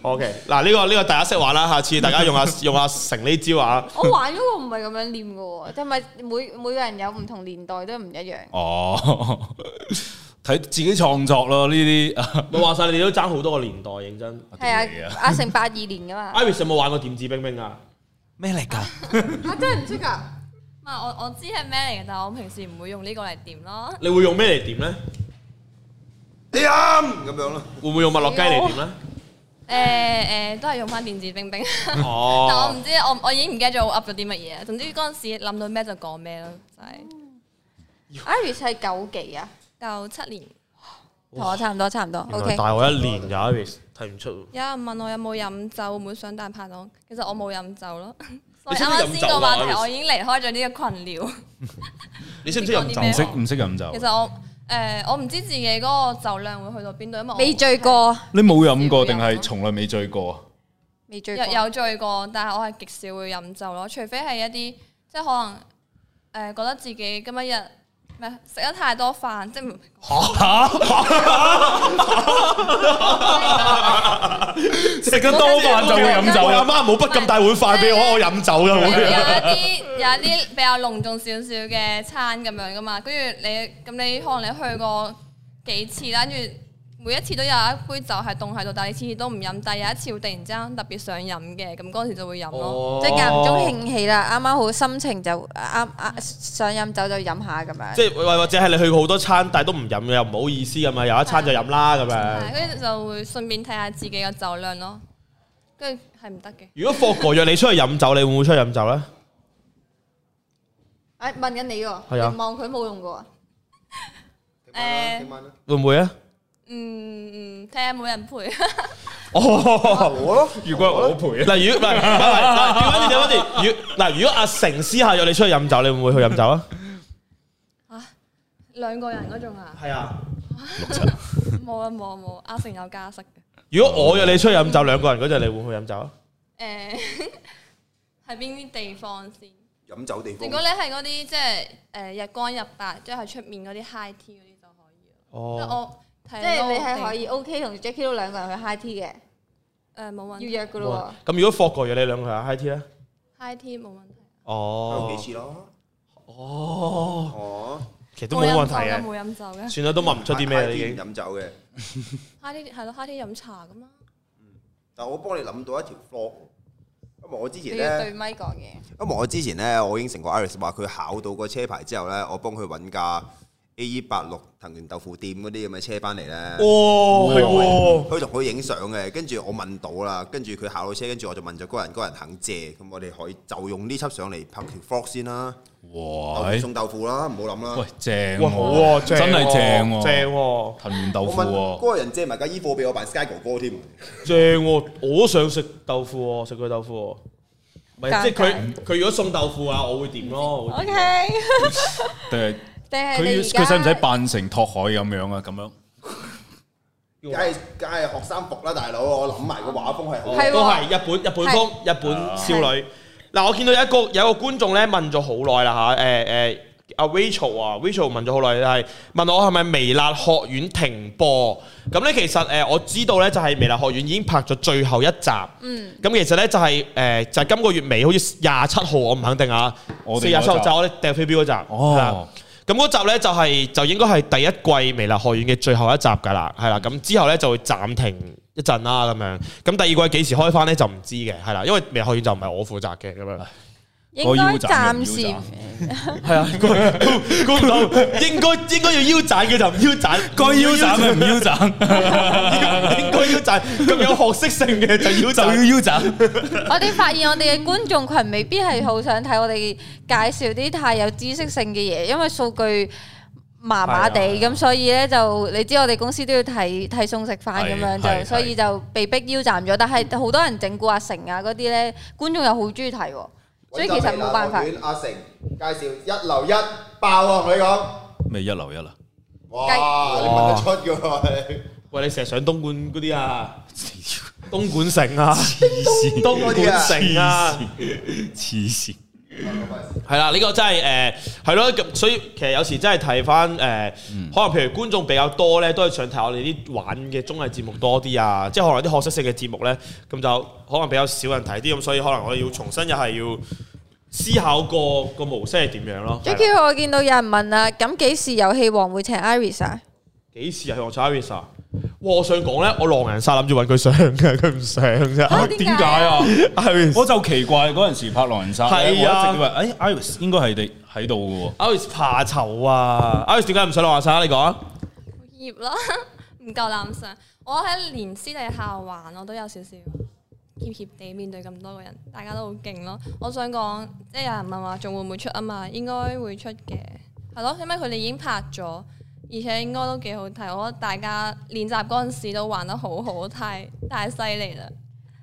Speaker 3: O K，嗱呢個呢個大家識玩啦，下次大家用下用下成呢招啊。
Speaker 1: 我玩嗰個唔係咁樣念嘅喎，即係咪每每個人有唔同年代都唔一樣？
Speaker 2: 哦，睇自己創作咯呢啲。
Speaker 3: 咪話晒你哋都爭好多個年代，認真。
Speaker 1: 係啊，阿成八二年噶 嘛，啊
Speaker 3: Iris 有冇玩過點字冰冰啊？
Speaker 2: 咩嚟㗎？
Speaker 1: 真係唔識㗎。
Speaker 4: 唔係我我知係咩嚟嘅，但係我平時唔會用呢個嚟點咯。
Speaker 3: 你會用咩嚟點咧？
Speaker 5: 你啱咁樣咯。
Speaker 3: 會唔會用麥樂雞嚟點咧？
Speaker 4: 誒誒，都係用翻電子冰冰。 但我
Speaker 3: 哦
Speaker 4: 唔，知，我我已經唔記得咗我 up 咗啲乜嘢。總之嗰陣時諗到咩就講咩咯，就係
Speaker 1: Iris 係九幾啊？
Speaker 4: 九七年。
Speaker 1: 同我差唔多，差唔多。
Speaker 3: 原
Speaker 1: OK，
Speaker 3: 來大我一年咋 Iris 睇唔出。
Speaker 4: 有人問我有冇飲酒，會唔會上大排檔？其實我冇飲 酒咯。所以
Speaker 3: 識唔
Speaker 4: 啱
Speaker 3: 識
Speaker 4: 啱
Speaker 3: 飲酒
Speaker 4: 先個
Speaker 3: 啊
Speaker 4: 話題，
Speaker 3: Iris？
Speaker 4: 我已經離開咗呢個群聊。
Speaker 3: 你識唔識飲酒
Speaker 4: 你講啲咩
Speaker 2: 唔？識唔識飲
Speaker 4: 其
Speaker 2: 酒？啊
Speaker 4: 實我誒我唔知自己嗰個酒量會去到邊度，因為我
Speaker 1: 未醉過，
Speaker 2: 你冇飲過定係從來未醉過啊？
Speaker 1: 未
Speaker 4: 有
Speaker 1: 醉過。
Speaker 4: 有醉過，但係我係極少會飲酒咯，除非係一啲即係可能誒、呃、覺得自己今一日咩食得太多飯，即係唔
Speaker 2: 食得多飯就會飲酒
Speaker 3: 我阿
Speaker 2: 啦。
Speaker 3: 媽啊冇不咁大碗飯俾我，我飲酒㗎啊
Speaker 4: 有有一
Speaker 3: 會。
Speaker 4: 啲有一啲比較隆重少少嘅餐咁樣噶嘛，跟住你咁你可能你去過幾次啦，跟住每一次都有一杯酒係凍喺度，但係你次次都唔飲，但係有一次會突然之間特別想飲嘅，咁嗰陣時就會飲
Speaker 3: 哦
Speaker 4: 咯。
Speaker 1: 即係間唔中興起啦，啱啱好心情就啱啱想飲酒就飲下咁樣。
Speaker 3: 即係或或者係你去過好多餐，但係都唔飲，又唔好意思咁嘛，有一餐就飲啦咁樣。
Speaker 4: 係跟住就會順便睇下自己嘅酒量咯，跟住係唔得嘅。
Speaker 3: 如果霍哥約你出去飲酒，你會唔會出去飲酒咧？
Speaker 1: 誒問緊你喎，
Speaker 3: 係啊
Speaker 1: 你望佢冇用過啊？
Speaker 4: 誒
Speaker 5: 聽晚啦，
Speaker 3: 會唔會啊？
Speaker 4: 嗯，睇下冇人陪。
Speaker 3: 哦，
Speaker 5: 我咯，
Speaker 2: 如果我陪啊，
Speaker 3: 嗱，如果唔係唔係嗱，調翻轉，調翻轉，如嗱，如果阿成私下約你出去飲酒，你會唔會去飲酒啊？
Speaker 4: 兩個人嗰種啊，
Speaker 3: 係啊。
Speaker 4: 冇啊冇啊冇啊，阿成有家室嘅。
Speaker 3: 如果我約你出去飲酒，兩個人嗰陣，你會唔會去飲酒啊？
Speaker 4: 誒，呃 喺邊啲地方先？
Speaker 5: 飲酒地方
Speaker 4: 如。果你係嗰啲即係誒日光日白，即係喺出面嗰啲 high tea 嗰啲就可以咯。即係
Speaker 3: 哦，
Speaker 4: 我
Speaker 1: 即
Speaker 4: 睇
Speaker 1: 係
Speaker 4: 到
Speaker 1: 你係可
Speaker 4: 地
Speaker 1: 以 OK 同 Jackie 都兩個人去 high tea 嘅，
Speaker 4: 誒呃冇
Speaker 1: 要
Speaker 4: 問題
Speaker 1: 約噶咯
Speaker 3: 咁如果霍哥約你兩個人 high tea 啊咧？
Speaker 4: high tea 冇問題。
Speaker 3: 哦，
Speaker 5: 幾次咯？
Speaker 3: 哦，
Speaker 5: 哦，
Speaker 3: 其實都冇問題
Speaker 4: 嘅，
Speaker 3: 嘅。
Speaker 4: 冇飲酒嘅。
Speaker 3: 算啦，都問唔出啲咩啦已經。
Speaker 5: 飲酒嘅，
Speaker 4: high tea 係咯，high tea 飲茶噶嘛。
Speaker 5: 但我幫你諗到一條 flog。因為我之
Speaker 1: 喎，
Speaker 5: 前
Speaker 1: 你要對
Speaker 5: 咧，
Speaker 1: 咪講嘢。
Speaker 5: 因為我之前咧，我應承過 Iris 話佢考到個車牌之後咧，我幫佢揾架 A E 八六藤原豆腐店嗰啲咁嘅車翻嚟咧。
Speaker 3: 哇，哦係
Speaker 2: 哦
Speaker 3: 喎，
Speaker 5: 佢同佢影相嘅，跟住我問到啦，跟住佢考到車，跟住我就問咗嗰個人，嗰個人肯借，咁我哋可以就用呢輯相嚟拍條 vlog 先啦，
Speaker 2: 哇！
Speaker 5: 送豆腐啦，唔好諗啦
Speaker 2: 哎喂。，正
Speaker 3: 哇，好喎，正喎
Speaker 2: 真係正喎，啊
Speaker 3: 正喎。
Speaker 2: 藤原豆
Speaker 5: 我
Speaker 2: 腐
Speaker 5: 問
Speaker 2: 喎，
Speaker 5: 嗰個人借埋架衣服俾我扮 Sky 哥哥添，
Speaker 3: 正喎、我都想食豆腐喎、食佢豆腐喎、唔係，即係佢佢如果送豆腐啊，我會點咯。我會
Speaker 1: O
Speaker 3: 點
Speaker 1: K，
Speaker 2: 定係
Speaker 1: 定係
Speaker 2: 佢
Speaker 1: 你
Speaker 2: 要
Speaker 1: 而家
Speaker 2: 佢使唔使扮成托海咁樣啊？咁樣
Speaker 5: 梗係梗係學生服啦，大佬，我諗埋個畫風係好。
Speaker 1: 係喎
Speaker 3: 都係日本日本風日
Speaker 2: 啊
Speaker 3: 本少女。嗱，我見到有一個有一個觀眾咧問咗好耐啦嚇，誒誒阿 Rachel 啊，Rachel 問咗好耐，係問我係咪微辣學院停播？咁咧其實誒、呃我知道咧就係微辣學院已經拍咗最後一集。嗯。咁其實咧就係、呃就係、今個月尾，好似廿七號，我唔肯定啊。
Speaker 2: 我哋
Speaker 3: 四廿七
Speaker 2: 嗰
Speaker 3: 號
Speaker 2: 集
Speaker 3: 就係我哋掉飛鏢嗰集。係啦
Speaker 2: 哦，
Speaker 3: 咁嗰集呢，就係、就應該係第一季微辣學院嘅最後一集㗎啦，係啦，咁之後呢，就會暫停一陣啦咁樣，咁第二季幾時開翻呢？就唔知嘅，係啦，因為微辣學院就唔係我負責嘅咁樣，
Speaker 1: 應該暫
Speaker 2: 個腰
Speaker 1: 時
Speaker 2: 斬
Speaker 3: 係啊，公道 應該應該要腰斬嘅就唔腰斬，
Speaker 2: 該腰斬咪唔腰斬，
Speaker 3: 應該腰斬，咁有學識性嘅就 腰
Speaker 2: 就要
Speaker 3: 斬，
Speaker 2: 腰斬。
Speaker 1: 我哋發現我哋嘅觀眾群未必係好想睇我哋介紹啲太有知識性嘅嘢，因為數據麻麻地
Speaker 3: 係啊
Speaker 1: 咁，所以咧就你知我哋公司都要睇睇餸食飯咁
Speaker 2: 係
Speaker 1: 樣
Speaker 2: 係
Speaker 1: 就，所以就被逼腰斬咗。但係好多人整蠱阿成啊嗰啲咧，觀眾又好中意睇喎，所以其實
Speaker 5: 啊
Speaker 1: 冇辦法。
Speaker 5: 揾集嚟啦阿成介紹一流一爆啊！我同你講，
Speaker 2: 咩一流一流？
Speaker 5: 哇，你問得出㗎喎。
Speaker 3: 喂你成日上東莞嗰啲啊，東莞城啊，
Speaker 2: 黐
Speaker 3: 東莞城啊。
Speaker 2: 線，黐線。
Speaker 3: 係啦，呢、個真係誒係咯，咁所以其實有時真係睇翻誒，可能譬如觀眾比較多咧，都係想睇我哋啲玩嘅綜藝節目多啲啊，即係可能啲學識性嘅節目咧，咁就可能比較少人睇啲，咁所以可能我哋要重新又係要思考個個模式係點樣咯。係
Speaker 1: J.Q.
Speaker 3: 啦
Speaker 1: 我見到有人問啊，咁幾時遊戲王會請 Iris 啊？
Speaker 3: 幾時係我 Charis 啊？哇！我想講咧，我狼人殺諗住揾佢上嘅，佢唔上
Speaker 1: 嚇
Speaker 3: 啫。
Speaker 1: 點解
Speaker 2: 點解啊？
Speaker 3: Iris
Speaker 2: 我就奇怪嗰陣時拍狼人殺咧，我一
Speaker 3: 係啊
Speaker 2: 直以為誒 Iris 應該係你喺度
Speaker 3: Iris 怕醜啊！Iris 點解唔上狼人殺啊？你講啊？
Speaker 4: 業啦， 唔夠膽上。我喺連私底下玩，我都有少少怯怯地面對咁多個人，大家都好勁咯。我想講，即係有人問話仲會唔會出啊嘛？應該會出嘅，係咯，因為佢哋已經拍咗，而且應該都幾好睇。我覺得大家練習嗰陣時都玩得好好，太太犀利啦。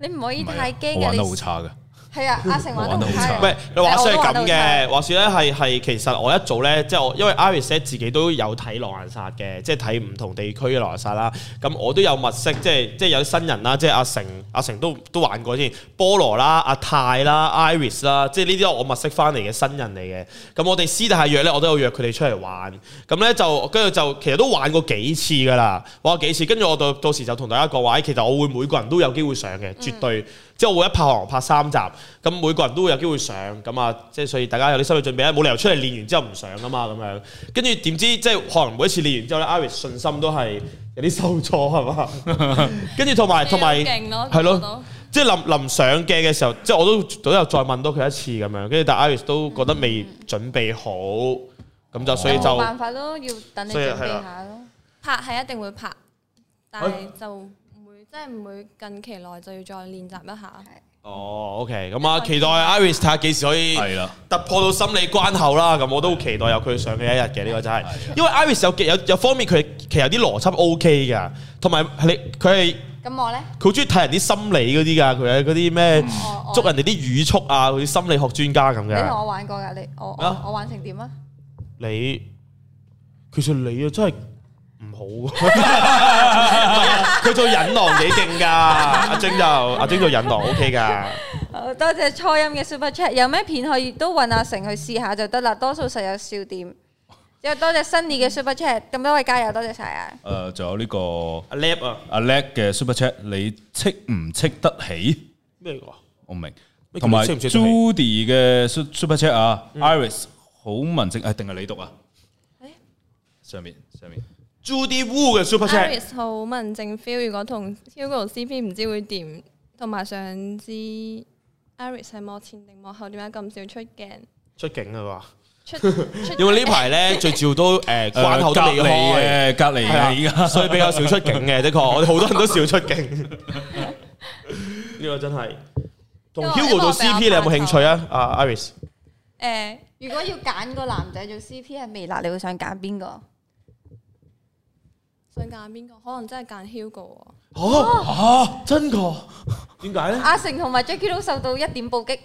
Speaker 1: 你唔可以
Speaker 2: 嘅，
Speaker 1: 太
Speaker 2: 啊我
Speaker 1: 驚嘅，
Speaker 2: 玩
Speaker 1: 你
Speaker 2: 得好差嘅。
Speaker 1: 係啊，阿成玩得好差啊。
Speaker 2: 我玩得好差
Speaker 3: 唔係，你話説係
Speaker 1: 我都
Speaker 3: 咁
Speaker 1: 玩得好
Speaker 3: 嘅，
Speaker 1: 差
Speaker 3: 話説咧係係其實我一早咧，即係我因為 Iris 咧自己都有睇狼人殺嘅，即係睇唔同地區嘅狼人殺啦。咁我都有物色，即係即係有啲新人啦，即係阿成阿成都都玩過先，菠蘿啦、阿泰啦、Iris 啦，即係呢啲我物色翻嚟嘅新人嚟嘅。咁我哋私底下約咧，我都有約佢哋出嚟玩。咁咧就跟住就其實都玩過幾次㗎啦，玩過幾次。跟住我到到時就同大家講話，哎其實我會每個人都有機會上嘅，絕對。
Speaker 1: 嗯
Speaker 3: 即係我會一拍行拍三集，咁每個人都會有機會上，咁啊，即係所以大家有啲心理準備啊啦，冇理由出嚟練完之後唔上噶嘛，咁樣。跟住點知即係可能每一次練完之後咧，Iris 信心都係有啲受挫 係嘛？跟住同
Speaker 1: 啊
Speaker 3: 埋同埋
Speaker 4: 你都勁咯，
Speaker 3: 係咯
Speaker 4: 做到
Speaker 3: 即係臨臨上嘅嘅時候，即係我都都有再問多佢一次咁樣，跟住但 Iris 都覺得未準備好，咁就所
Speaker 1: 嗯
Speaker 3: 以
Speaker 1: 哦冇
Speaker 3: 就
Speaker 1: 辦法咯，要等你
Speaker 3: 所以
Speaker 1: 準
Speaker 3: 係啦
Speaker 1: 備下咯。
Speaker 4: 拍係一定會拍，但
Speaker 3: 哎
Speaker 4: 係就唔會，即係唔會近期內就要再練習一下。
Speaker 3: 哦，OK，咁啊，期待 Iris 睇下幾時可以。
Speaker 2: 係啦，
Speaker 3: 突破到心理關口啦，咁我都好期待有佢上嘅一日嘅呢個真係，因為 Iris 有有有方面佢其實有啲邏輯 OK 㗎，同埋你佢係
Speaker 1: 咁我咧，
Speaker 3: 佢好中意睇人啲心理嗰啲㗎，佢係嗰啲咩
Speaker 1: 我我
Speaker 3: 捉人哋啲語速啊，佢啲心理學專家咁
Speaker 1: 你同
Speaker 3: 嘅。
Speaker 1: 我玩過㗎，你我
Speaker 3: 啊咩啊
Speaker 1: 我我玩成點啊？
Speaker 3: 你其實你啊真係唔好，佢做引狼幾勁㗎，阿晶就阿晶做引狼 OK 㗎。
Speaker 1: 好多謝初音嘅 Super Chat，有咩片可以都揾阿成去試下就得啦，多數實有笑點。又多謝 Sunny 嘅 Super Chat，咁多位加油，多謝晒啊！
Speaker 2: 誒，仲有呢個
Speaker 3: 阿 Lab 啊，
Speaker 2: 阿叻嘅 Super Chat，你戚唔戚得起？
Speaker 3: 咩嚟㗎？
Speaker 2: 我唔明。
Speaker 3: 咩叫
Speaker 2: 同埋
Speaker 3: 識唔識得起
Speaker 2: Judy 嘅 Su- Super Chat 啊，Iris 好文靜，誒定係你讀啊？上面上面
Speaker 3: Judy Wu 嘅 Super Chat。
Speaker 4: Iris 好文靜 feel，如果同 Hugo CP 唔知會點，同埋想知 Iris 係幕前定幕後點解咁少出鏡？
Speaker 3: 出境啊！
Speaker 4: 出
Speaker 3: 因
Speaker 4: 出
Speaker 3: 為呢排 咧最主要都誒關口都未
Speaker 2: 隔離
Speaker 3: 開。
Speaker 2: 嘅，隔離嘅
Speaker 3: 係
Speaker 2: 而家
Speaker 3: 啊，。所以比較少出境嘅，的確， 我哋好多人都少出境。呢個真係同
Speaker 4: 因為
Speaker 3: Hugo 做 CP，你有冇興趣啊？阿 Iris，
Speaker 4: 誒
Speaker 1: 如果要揀個男仔做 CP 係微辣，你會想揀邊個？
Speaker 4: 想揀邊個？可能真係揀 Hugo 喎。
Speaker 3: 嚇嚇真個？點解咧？
Speaker 1: 阿成同埋 Jackie 都受到一點暴擊，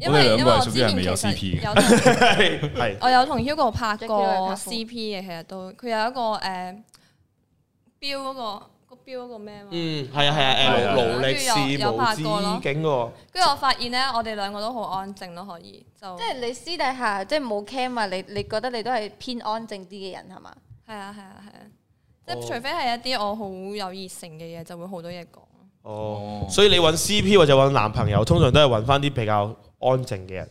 Speaker 4: 因
Speaker 2: 我哋
Speaker 4: 為
Speaker 2: 兩
Speaker 4: 因
Speaker 2: 個係
Speaker 4: 為我
Speaker 2: 屬
Speaker 4: 之
Speaker 2: 於
Speaker 4: 前
Speaker 2: 係未有
Speaker 4: 其
Speaker 2: CP 嘅
Speaker 4: 實有同
Speaker 3: 係
Speaker 4: 我有同 Hugo 拍
Speaker 1: Jackie 都有拍
Speaker 4: 過
Speaker 1: 過
Speaker 4: CP 嘅，其實都佢有一個誒標嗰個個標嗰個咩嘛。
Speaker 3: 嗯，係啊係啊，
Speaker 2: 係啊
Speaker 3: 誒勞勞力
Speaker 4: 跟住又
Speaker 3: 士
Speaker 4: 有
Speaker 3: 無
Speaker 4: 拍
Speaker 3: 止
Speaker 4: 過咯
Speaker 3: 境喎。哦
Speaker 4: 跟住我發現咧，我哋兩個都好安靜咯，可以就
Speaker 1: 即係你私底下即係冇 cam 啊，你你覺得你都係偏安靜啲嘅人係嘛？
Speaker 4: 係啊係啊係啊，即係
Speaker 3: 哦
Speaker 4: 除非係一啲我好有熱誠嘅嘢，就會好多嘢講。
Speaker 3: 哦，所以你揾 CP 或者揾男朋友，通常都係揾翻啲比較安靜嘅人。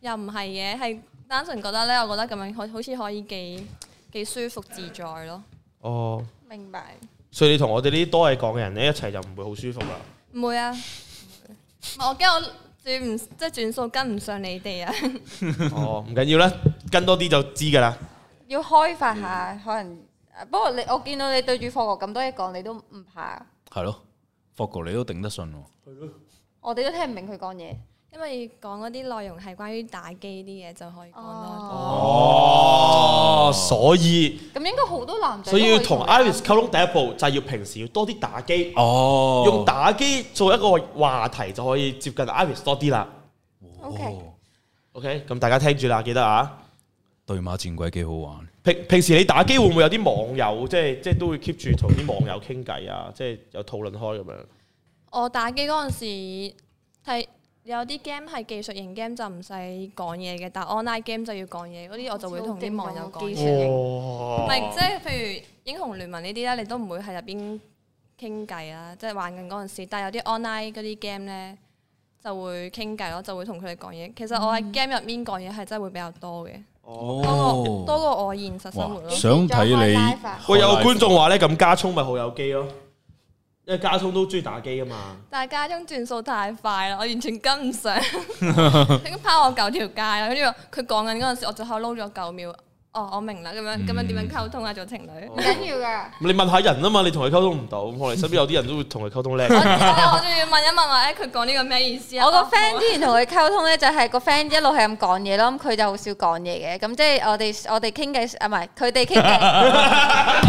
Speaker 4: 又唔係嘅，係單純覺得咧，我覺得咁樣可好似可以幾幾舒服自在咯。
Speaker 3: 哦，
Speaker 1: 明白。
Speaker 3: 所以你同我哋呢啲多嘢講嘅人咧，一齊就唔會好舒服啦。
Speaker 4: 唔會啊，唔係我驚我轉唔即係轉數跟唔上你哋啊。
Speaker 3: 哦，唔緊要啦，跟多啲就知㗎啦。
Speaker 1: 要開發下，可能。不過你我見到你對住霍哥咁多嘢講，你都唔怕，
Speaker 2: 係咯，霍哥你都頂得順喎。
Speaker 1: 我哋都聽唔明佢講嘢。
Speaker 4: 因為講嗰啲內容係關於打機啲嘢，就可以講多
Speaker 1: 哦，
Speaker 3: 哦，所以
Speaker 1: 咁應該好多男仔都
Speaker 3: 所以
Speaker 1: 會
Speaker 3: 要同 Iris 溝通第一步就係要平時要多啲打機，
Speaker 2: 哦，
Speaker 3: 用打機做一個話題就可以接近 Iris 多啲啦。
Speaker 1: OK
Speaker 3: OK，咁大家聽住啦，記得啊。
Speaker 2: 對馬戰鬼幾好玩。
Speaker 3: 平平時你打機會唔會有啲網友，即係即係都會 keep 住同啲網友傾偈啊，即係有討論開咁樣。
Speaker 4: 啲。我打機嗰陣時係有啲 game 係技術型 game 就唔使講嘢嘅，但 online game 就要講嘢嗰啲，我就會同啲網友
Speaker 1: 技
Speaker 4: 講嘢
Speaker 1: 術。型
Speaker 4: 唔
Speaker 3: 哇
Speaker 4: 係即係譬如英雄聯盟呢啲咧，你都唔會喺入邊傾偈啦，即係玩緊嗰陣時。但係有啲 online 嗰啲 game 咧就會傾偈咯，就會同佢哋講嘢。其實我喺 game 入面講嘢係真係會比較多嘅，多過多過我現實生活
Speaker 2: 哦哇！
Speaker 4: 咯。
Speaker 2: 想睇你
Speaker 1: 幾時再開 live 啊
Speaker 3: 喂，有個觀眾話咧，咁加聰咪好有機咯，因為加聰都中意打機噶嘛。
Speaker 4: 但係家中轉數太快啦，我完全跟唔上，佢已經拋我九條街啦。跟住佢講緊嗰陣時，我就口撈咗九秒。哦，我明啦，咁樣咁樣點樣溝通啊？做情侶，
Speaker 1: 唔緊要 㗎。
Speaker 3: 你問下人啊嘛，你同佢溝通唔到，咁可能身邊有啲人都會同佢溝通 叻。
Speaker 4: 我我仲要問一問話，誒佢講呢個咩意思啊？
Speaker 1: 我個
Speaker 4: 哦
Speaker 1: friend 之前同佢溝通咧，就係個 friend 一路係咁講嘢咯，咁佢就好少講嘢嘅。咁即係我哋我哋傾偈啊，唔係佢哋傾 偈，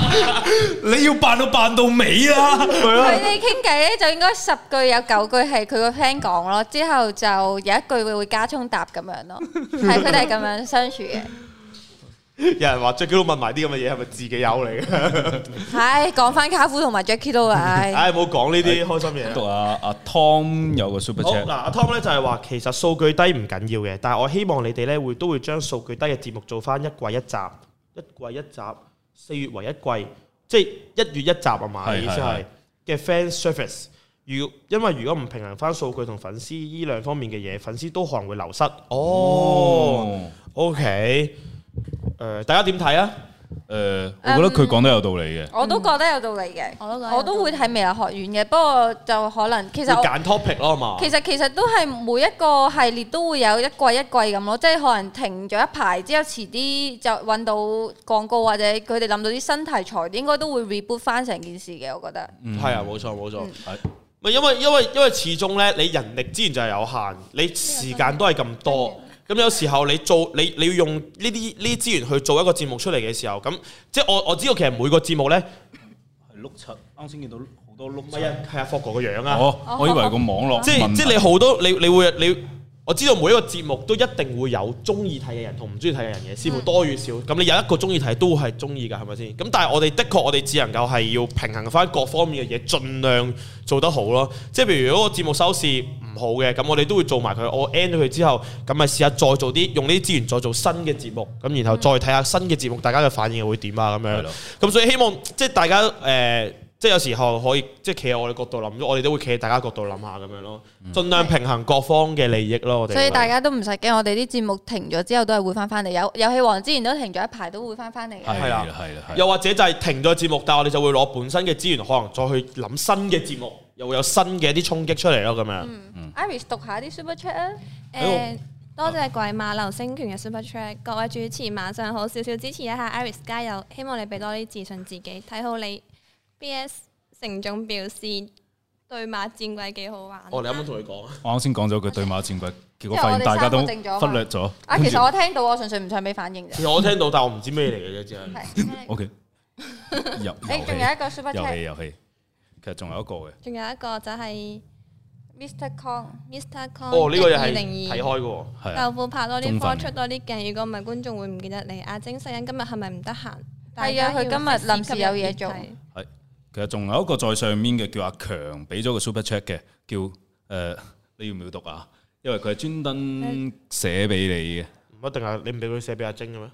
Speaker 2: 你要扮到扮到尾啦，
Speaker 1: 佢哋傾偈咧就應該十句有九句係佢個 friend 講咯，之後就有一句會會加充答咁樣咯，係佢哋係咁樣相處 嘅。
Speaker 3: 有人話最基佬問埋啲咁嘅嘢係咪自己友嚟嘅？
Speaker 1: 唉，講翻卡夫同埋 Jackie 都啊，唉，
Speaker 3: 唉，冇講呢啲開心嘢
Speaker 2: 讀。啊阿 Tom 有個 super
Speaker 3: 好
Speaker 2: chat
Speaker 3: 嗱，。阿 Tom 咧就係話，其實數據低唔緊要嘅，但係我希望你哋咧會都會將數據低嘅節目做翻一季一集，一季一集，四月為一季，即係一月一集啊嘛，
Speaker 2: 係
Speaker 3: 意
Speaker 2: 係
Speaker 3: 思係嘅 fan service。如因為如果唔平衡翻數據同粉絲依兩方面嘅嘢，粉絲都可能會流失。哦，OK，誒，大家點睇啊？
Speaker 2: 誒，我覺得佢講得有道理嘅。
Speaker 1: 我都覺得有道理嘅，
Speaker 4: 嗯我都覺得有道理
Speaker 1: 我都會睇未來學院嘅，不過就可能其
Speaker 3: 會
Speaker 1: 實我
Speaker 3: 揀 topic 咯，係嘛？
Speaker 1: 其實其實都係每一個系列都會有一季一季咁咯，即係可能停咗一排之後，遲啲就揾到廣告或者佢哋諗到啲新題材，應該都會 reboot 翻成件事嘅，我覺得。
Speaker 3: 係啊，冇錯冇
Speaker 1: 嗯
Speaker 3: 錯。
Speaker 2: 係
Speaker 3: 咪因為因為因為始終咧，你人力資源就係有限，
Speaker 1: 啊
Speaker 3: 你時間都係咁多。咁有時候你做你你要用呢啲呢啲資源去做一個節目出嚟嘅時候，咁即係我我知道其實每個節目咧，
Speaker 2: 碌七，啱先見到好多碌
Speaker 3: 唔係啊係啊霍哥個樣啊，
Speaker 2: 哦，我以為個網絡
Speaker 3: 即係
Speaker 2: 問題
Speaker 3: 即係你好多你你會你我知道每一個節目都一定會有中意睇嘅人同唔中意睇嘅人嘅，視乎多與少。咁你有一個中意睇都係中意㗎，係咪先？咁但係我哋的確我哋只能夠係要平衡翻各方面嘅嘢，盡量做得好咯。即係譬如如果個節目收視唔好嘅，咁我哋都會做埋佢。我 end 咗佢之後，咁咪試下再做啲用呢啲資源再做新嘅節目，咁然後再睇下新嘅節目大家嘅反應會點啊咁
Speaker 2: 係
Speaker 3: 樣
Speaker 2: 咯。
Speaker 3: 咁所以希望即係大家誒、呃即係有時候可以即係企喺我哋角度諗，我哋都會企喺大家角度諗下咁樣咯，盡量平衡各方嘅利益咯。我哋
Speaker 1: 所以大
Speaker 3: 家
Speaker 1: 家都唔使驚，我哋啲節目停咗之後都係會翻翻嚟，有遊戲王之前都停咗一排都會翻翻嚟嘅。
Speaker 2: 係
Speaker 3: 係
Speaker 2: 啦
Speaker 3: 啦
Speaker 2: 係啦係啦，
Speaker 3: 又或者就係停咗節目，但係我哋就會攞本身嘅資源，可能再去諗新嘅節目，又會有新嘅一啲衝擊出嚟咯，咁樣。
Speaker 1: Iris 讀下啲 super chat 啊，
Speaker 2: 哎
Speaker 4: 誒，多謝鬼馬流星拳嘅 super chat，各位主持晚上好，少少支持一下 Iris 加油，希望你俾多啲自信自己，睇好你。B.S. 成總表示對馬戰鬼幾好玩。
Speaker 3: 我哋啱啱同佢講啊，
Speaker 2: 我啱先講咗句對馬戰鬼，結
Speaker 1: 因
Speaker 2: 果
Speaker 1: 為
Speaker 2: 發
Speaker 1: 我
Speaker 2: 現
Speaker 1: 哋
Speaker 2: 大家都
Speaker 1: 三個定咗嘛
Speaker 2: 忽略咗。
Speaker 1: 啊，其實我聽到，我純粹唔想俾反應啫
Speaker 3: 其。實我聽到，但我唔知咩嚟嘅啫，只係。
Speaker 2: O K，遊
Speaker 1: 你仲有一個 super
Speaker 2: 遊戲
Speaker 1: chat，Mr.
Speaker 2: 遊戲，其實仲有一個嘅。
Speaker 4: 仲有一個就係
Speaker 1: Kong，
Speaker 4: Mr. Con
Speaker 3: 哦，呢個又係
Speaker 4: 2022
Speaker 3: 睇開嘅喎。
Speaker 2: 係啊
Speaker 4: 豆，腐拍多啲
Speaker 2: 中
Speaker 4: 科
Speaker 2: 分嘅
Speaker 4: 出多啲鏡，如果唔係觀眾會唔記得你。阿晶世欣今日係咪唔得閒？
Speaker 1: 係啊佢今日臨時有嘢做
Speaker 2: 係。其實仲有一個在上面嘅叫阿強，俾咗個 super chat 嘅，叫誒、呃你要唔要讀啊？因為佢係專登寫俾你嘅。誒、
Speaker 3: 唔一定係你唔俾佢寫俾阿晶嘅咩？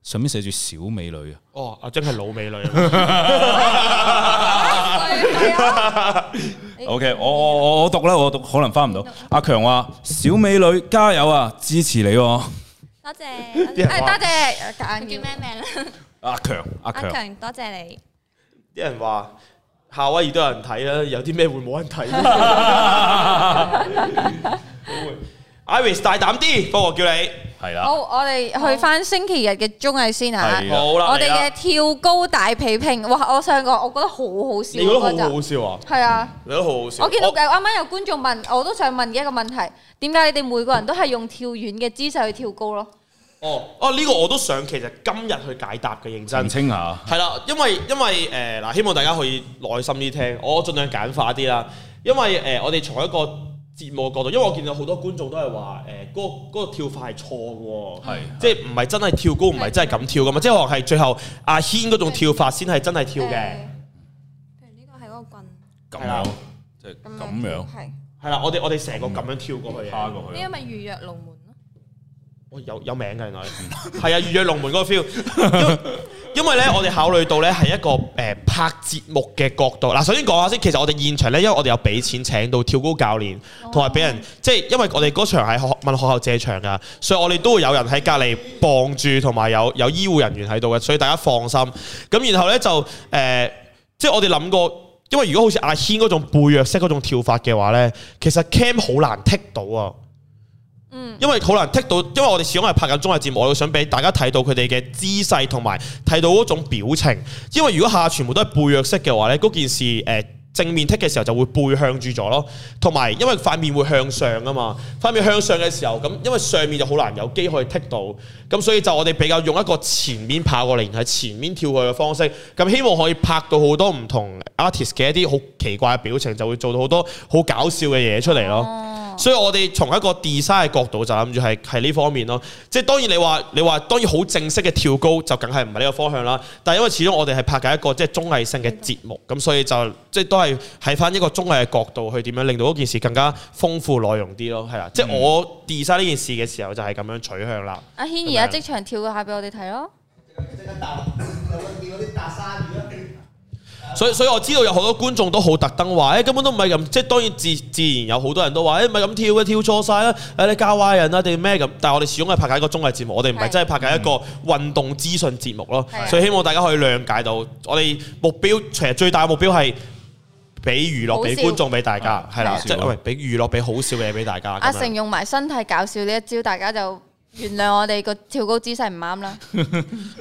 Speaker 2: 上面寫住小美女啊，
Speaker 3: 哦，阿晶係老美女。
Speaker 4: 啊
Speaker 2: OK，我我我我讀啦，我讀可能翻唔到。阿強話：小美女加油啊，支持你喎、
Speaker 4: 多謝。
Speaker 3: 啲
Speaker 1: 誒
Speaker 3: 人
Speaker 1: 哎多
Speaker 3: 話，
Speaker 1: 謝，夾
Speaker 4: 叫
Speaker 1: 硬
Speaker 4: 咩
Speaker 1: 叫。
Speaker 4: 名啦？
Speaker 2: 阿強，阿
Speaker 4: 阿
Speaker 2: 強，
Speaker 4: 強，多謝你。
Speaker 3: 啲人話夏威夷都有人睇啦，有啲咩會冇人睇？Iris 大膽啲，不過叫你
Speaker 2: 係啦
Speaker 1: 好，，我哋去翻星期日嘅綜藝先啊
Speaker 2: 係！
Speaker 3: 好啦，
Speaker 1: 我哋
Speaker 3: 嚟啦
Speaker 1: 嘅跳高大比拼，哇！我想講，我覺得好好笑
Speaker 3: 你覺得
Speaker 1: 嗰
Speaker 3: 好好
Speaker 1: 集，
Speaker 3: 笑啊！
Speaker 1: 係啊！
Speaker 3: 你覺得好好笑。哦
Speaker 1: 我見到有啱啱有觀眾問，我都想問嘅一個問題：點解你哋每個人都係用跳遠嘅姿勢去跳高咯？
Speaker 3: 哦哦，呢個我都想其實今日去解答嘅，認真
Speaker 2: 澄。清下，
Speaker 3: 係啦，因為因為誒嗱、希望大家可以耐心啲聽，我盡量簡化啲啦。因為誒、我哋從一個節目嘅角度，因為我見到好多觀眾都係話誒嗰個嗰個跳法係錯嘅喎，
Speaker 2: 係
Speaker 3: 即係唔係真係跳高，唔係真係咁跳噶嘛，即係可能係最後阿軒嗰種跳法先係真係跳
Speaker 1: 嗯
Speaker 3: 嘅。
Speaker 4: 譬嗯如呢個係嗰個棍，呢
Speaker 2: 咁
Speaker 3: 係啦
Speaker 2: 樣，即係
Speaker 1: 誒
Speaker 2: 咁樣
Speaker 1: 係
Speaker 3: 係啦，我哋我哋成個咁樣跳過去嘅
Speaker 2: 趴。過去
Speaker 4: 個。咪預約龍門咯。
Speaker 3: 我哦有有名嘅原來，係啊，預約龍門嗰個 feel。因因為咧， 我哋考慮到咧係一個誒、呃拍節目嘅角度。嗱，首先講下先，其實我哋現場咧，因為我哋有俾錢請到跳高教練，同埋俾人即係因為我哋嗰場係學問學校借場㗎，所以我哋都會有人喺隔離傍住，同埋有有醫護人員喺度嘅，所以大家放心。咁然後咧就誒、呃即係我哋諗過。因為如果好似阿軒嗰種背躍式嗰種跳法嘅話咧，其實 cam 好難剔到啊。因為好難剔到，因為我哋始終係拍緊綜藝節目，我想俾大家睇到佢哋嘅姿勢同埋睇到嗰種表情。因為如果下下全部都係背弱式嘅話呢嗰件事誒、呃正面剔嘅時候就會背向住咗咯，同埋因為塊面會向上啊嘛，塊面向上嘅時候咁，因為上面就好難有機可以剔到，咁所以就我哋比較用一個前面跑過嚟，然後前面跳過去嘅方式，咁希望可以拍到好多唔同 artist 嘅一啲好奇怪嘅表情，就會做到好多好搞笑嘅嘢出嚟咯。
Speaker 4: 哦
Speaker 1: 哦
Speaker 3: 所以我哋從一個 design 嘅角度就諗住係係呢方面咯。即係當然你話你話當然好正式嘅跳高就梗係唔係呢個方向啦。但係因為始終我哋係拍緊一個即係綜藝性嘅節目，咁所以就即係都係喺翻一個綜藝嘅角度去點樣令到嗰件事更加豐富內容啲咯。係啦，即係我 design 呢件事嘅時候就係咁樣取向啦。
Speaker 1: 阿軒而家即場跳下俾我哋睇咯。
Speaker 3: 所以所以我知道有好多觀眾都好特登話，誒、根本都唔係咁，即係當然自自然有好多人都話，誒唔係咁跳嘅，跳錯晒啦，誒、你教壞人啊定咩咁？但係我哋始終係拍緊一個綜藝節目，我哋唔係
Speaker 1: 係
Speaker 3: 真係拍緊一個運動資訊節目咯，
Speaker 1: 係
Speaker 3: 所以希望大家可以諒解到，我哋目標其實最大嘅目標係俾娛樂俾
Speaker 1: 好笑
Speaker 3: 觀眾俾大家，係啦，
Speaker 2: 係
Speaker 3: 即係唔係俾娛樂俾好笑嘅嘢俾大家。
Speaker 1: 阿
Speaker 3: 啊咁樣
Speaker 1: 成用埋身體搞笑呢一招，大家就原諒我哋個跳高姿勢唔啱啦。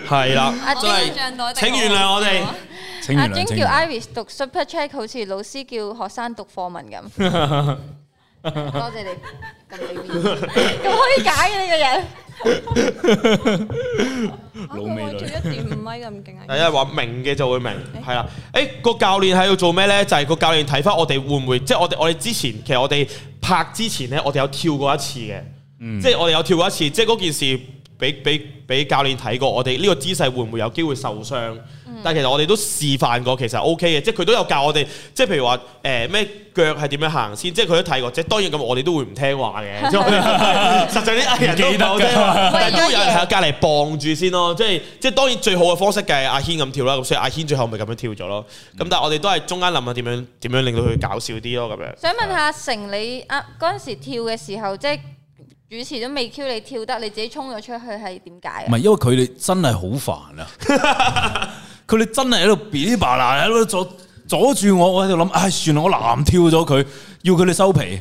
Speaker 3: 係啦，
Speaker 1: 阿晶
Speaker 3: 真係請原諒我哋。
Speaker 2: 請
Speaker 1: 阿
Speaker 2: 原
Speaker 1: 晶
Speaker 2: 諒，請
Speaker 1: 啊叫
Speaker 2: 原諒
Speaker 1: Iris 讀 Super Check，好似老師叫學生讀課 文咁。多謝你咁俾面，咁可以解嘅呢個人。
Speaker 2: 老美女。
Speaker 4: 跳一點五米咁勁
Speaker 3: 有
Speaker 4: 啊！
Speaker 3: 人話明嘅就會明，係啦。誒個教練喺度做咩呢？就係、個教練睇翻我哋會唔會，即係我哋我哋之前其實我哋拍之前呢，我哋有跳過一次嘅，即係我哋有跳過一次，即係嗰件事俾俾俾教練睇過，我哋呢個姿勢會唔會有機會受傷？但係其實我哋都示範過，其實 O K 嘅，即係佢都有教我哋，即係譬如話誒咩腳係點樣行先，即係佢都睇過。即係當然咁，我哋都會唔聽話嘅，即係我哋實際啲藝人都唔係好聽話。但係都有人喺隔離傍住先咯，即係即係當然最好嘅方式嘅係阿軒咁跳啦，咁所以阿軒最後咪咁樣跳咗咯。咁但係我哋都係中間諗下點樣點樣令到佢搞笑啲咯，咁樣。
Speaker 1: 想問下成你啊嗰陣時跳嘅時候，即係主持都未 Q 你跳得，你自己衝咗出去係點解啊
Speaker 2: 唔係，？因為佢 哋真係好煩啊！佢哋真係喺度噼里啪啦喺度左阻住我，我喺度諗，唉，算啦，我藍跳咗佢，要佢哋收皮，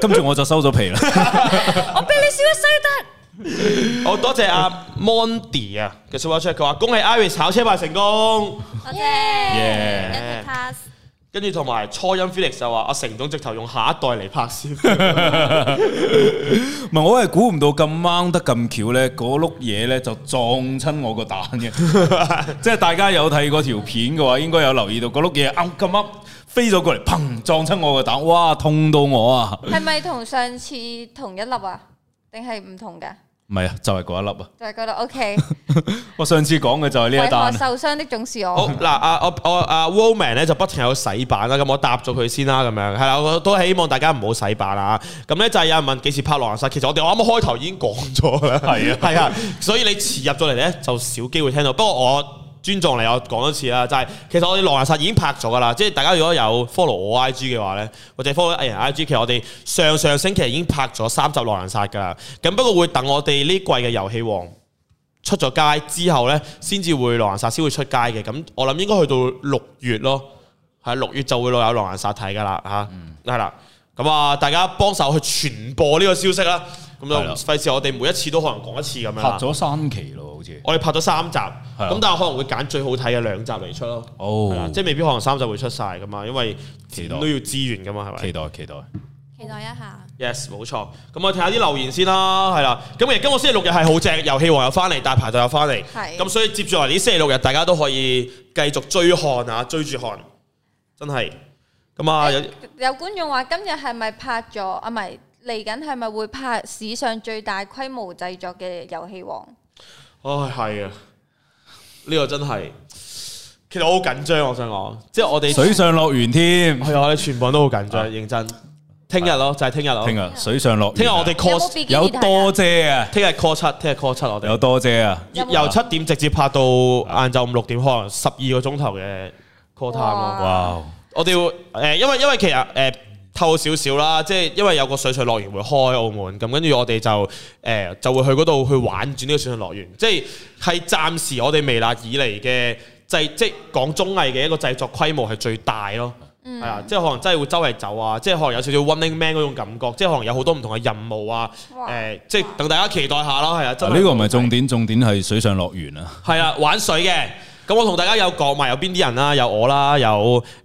Speaker 2: 跟住我就收咗皮啦。
Speaker 1: 我哦俾你笑得衰得。
Speaker 3: 我多謝阿 Mondi 啊嘅 super chat，佢話恭喜 Iris 考車牌成功。
Speaker 4: 多謝
Speaker 2: Yeah
Speaker 4: 一隻 pass。
Speaker 3: 跟住同埋初音 Felix 就話阿成總直頭用下一代嚟拍攝。
Speaker 2: 唔係，我係估唔到咁啱得咁巧咧，嗰碌嘢咧就撞親我個蛋 嘅。即係大家有睇嗰條片嘅話，應該有留意到嗰碌嘢啱咁啱飛咗過嚟，砰撞親我個蛋，哇痛到我啊！
Speaker 1: 係咪同上次同一粒啊？定係唔同㗎？
Speaker 2: 唔係啊，就係嗰一粒啊！
Speaker 1: 就係覺得 OK，
Speaker 2: 我上次講嘅就係呢
Speaker 1: 為
Speaker 2: 一
Speaker 1: 何
Speaker 2: 單。啊
Speaker 1: 受傷的總是
Speaker 3: 好
Speaker 1: 我？
Speaker 3: 嗱，阿我我阿 Woman 咧就不停有洗版啦，咁我答咗佢先啦，咁樣係啦，我都希望大家唔好洗版啊。咁咧就係有人問幾時拍狼人殺，其實我哋啱啱開頭已經講咗啦，
Speaker 2: 係啊
Speaker 3: 係啊，所以你遲入咗嚟咧就少機會聽到。不過我尊重你，我講多次啦，就係、其實我哋狼人殺已經拍咗噶啦，即係大家如果有 follow 我 IG 嘅話咧，或者 follow 哎藝人 IG，其實我哋上上星期已經拍咗三集狼人殺噶啦，咁不過會等我哋呢季嘅遊戲王。出咗街之後呢，先至會狼人殺先會出街嘅。咁我諗應該去到六月咯，係六月就會有狼人殺睇噶啦
Speaker 2: 嗯
Speaker 3: 嚇，係啦、咁啊，大家幫手去傳播呢個消息啦。咁
Speaker 2: 係啦
Speaker 3: 就費事我哋每一次都可能講一次咁樣
Speaker 2: 拍
Speaker 3: 啦。
Speaker 2: 咗三期咯，好似。
Speaker 3: 我哋拍咗三集，咁但係可能會揀最好睇嘅兩集嚟出咯。
Speaker 2: 哦
Speaker 3: 係啦即係未必可能三集會出晒噶嘛，因為
Speaker 2: 期
Speaker 3: 點
Speaker 2: 待
Speaker 3: 都要資源噶嘛，係咪？
Speaker 2: 期待期待，
Speaker 4: 期待一下。
Speaker 3: Yes，冇錯。咁我睇下啲留言先啦，係啦。咁其實今個星期六日係好正，遊戲王又翻嚟，大排檔又翻嚟。
Speaker 1: 係
Speaker 3: 咁所以接住嚟呢星期六日，大家都可以繼續追看啊，追住看，真係。咁啊，有
Speaker 1: 有觀眾話今日係咪拍咗啊？唔係嚟緊係咪會拍史上最大規模製作嘅遊戲王？
Speaker 3: 唉係啊，呢個真係。其實我好緊張，我想講，即係我哋
Speaker 2: 水上樂園添，
Speaker 3: 係啊，我哋全部人都好緊張，認真。聽日咯，就係聽日咯。
Speaker 2: 啊聽日水上樂園啊，
Speaker 3: 聽日我哋
Speaker 1: 有冇
Speaker 3: call，
Speaker 1: 比基
Speaker 2: 有
Speaker 1: 尼睇
Speaker 2: 多
Speaker 1: 啊？
Speaker 2: 姐啊，
Speaker 3: 聽日 call 七，聽日 call 七，我哋
Speaker 2: 有多姐啊，
Speaker 1: 有冇
Speaker 3: 由七點直接拍到晏晝五六點，可能十二個鐘頭嘅 call time 咯。
Speaker 1: 哇
Speaker 2: 哇！
Speaker 3: 我哋會誒、因為因為其實誒、透少少啦，即係因為有個水上樂園會開澳門，咁跟住我哋就誒、就會去嗰度去玩轉呢個水上樂園，即係係暫時我哋微辣以嚟嘅製，即係講綜藝嘅一個製作規模係最大咯。係啊，即係可能真係會周圍走啊，即係可能有少少 Running Man 嗰種感覺，即係可能有好多唔同嘅任務啊，誒、
Speaker 1: 哇
Speaker 3: 即係等大家期待下啦，係啊，真係
Speaker 2: 呢個唔係重點，重點係水上樂園啊。
Speaker 3: 係啦，玩水嘅。咁我同大家有講埋有邊啲人啦，有我啦，有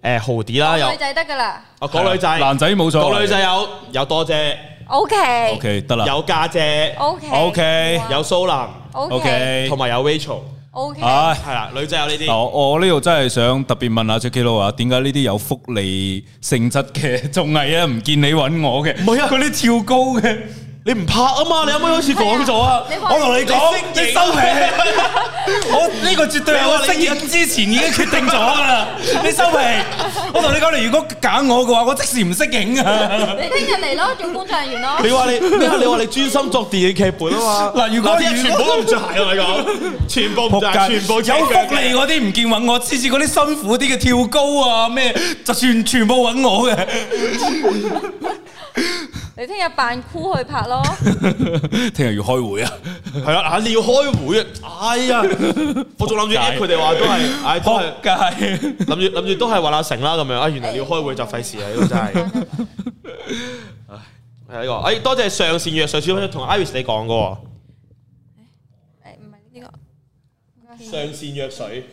Speaker 3: 誒、豪啲啦，有
Speaker 1: 女仔得㗎啦
Speaker 3: 哦講女仔，
Speaker 2: 男仔冇錯，
Speaker 3: 個女仔有有多姐，
Speaker 2: O
Speaker 1: ，OK
Speaker 2: K 得啦
Speaker 3: 有家姐，
Speaker 1: OK
Speaker 2: OK，
Speaker 1: 哇
Speaker 3: 有蘇南，
Speaker 2: ，O
Speaker 1: OK
Speaker 2: K，
Speaker 3: 同埋有 Rachel，
Speaker 1: OK，
Speaker 2: 唉。
Speaker 3: 係啦，女仔有呢
Speaker 2: 嗱
Speaker 3: 啲。
Speaker 2: 我我呢度真係想特別問下 Jacky Lou 啊，點解呢啲有福利性質嘅 綜藝啊，唔見你揾我嘅？
Speaker 3: 唔係啊
Speaker 2: 嗰啲跳高嘅，
Speaker 3: 你唔拍啊嘛？你啱啱好似講咗啊
Speaker 1: 係啊你！話
Speaker 2: 我同你講，
Speaker 3: 你
Speaker 2: 你
Speaker 3: 識影
Speaker 2: 收 皮！我呢個絕對係
Speaker 3: 你話
Speaker 2: 我
Speaker 3: 你
Speaker 2: 適應之前已經決定咗噶啦，你收皮！我同你講，你如果揀我嘅話，我即時唔識影 啊！
Speaker 1: 你聽日嚟咯，做工作人員咯。
Speaker 3: 你話你咩啊？你話你專心作電影劇本啊嘛？
Speaker 2: 嗱如果
Speaker 3: 嗱啲人
Speaker 2: 如
Speaker 3: 全
Speaker 2: 果
Speaker 3: 部都唔着鞋，我同你講，全部唔着鞋，全部赤腳
Speaker 2: 有
Speaker 3: 嘅
Speaker 2: 福利嗰啲唔見揾我，次次嗰啲辛苦啲嘅跳高啊咩，就全全部揾我嘅。
Speaker 1: 你聽日扮酷去拍咯，
Speaker 2: 聽日要開會啊！
Speaker 3: 係啦，啊你要開會啊！哎呀，我仲諗住 at 佢哋話都係，唉都係
Speaker 2: 仆。街！
Speaker 3: 諗住諗住都係話阿成啦咁樣，啊原來你要開會就費事啊啦，呢個 真係。唉，係呢個，哎多謝上線約上次同 Iris 你講嘅
Speaker 1: 誒唔係
Speaker 4: 呢個
Speaker 3: 喎，上線約水，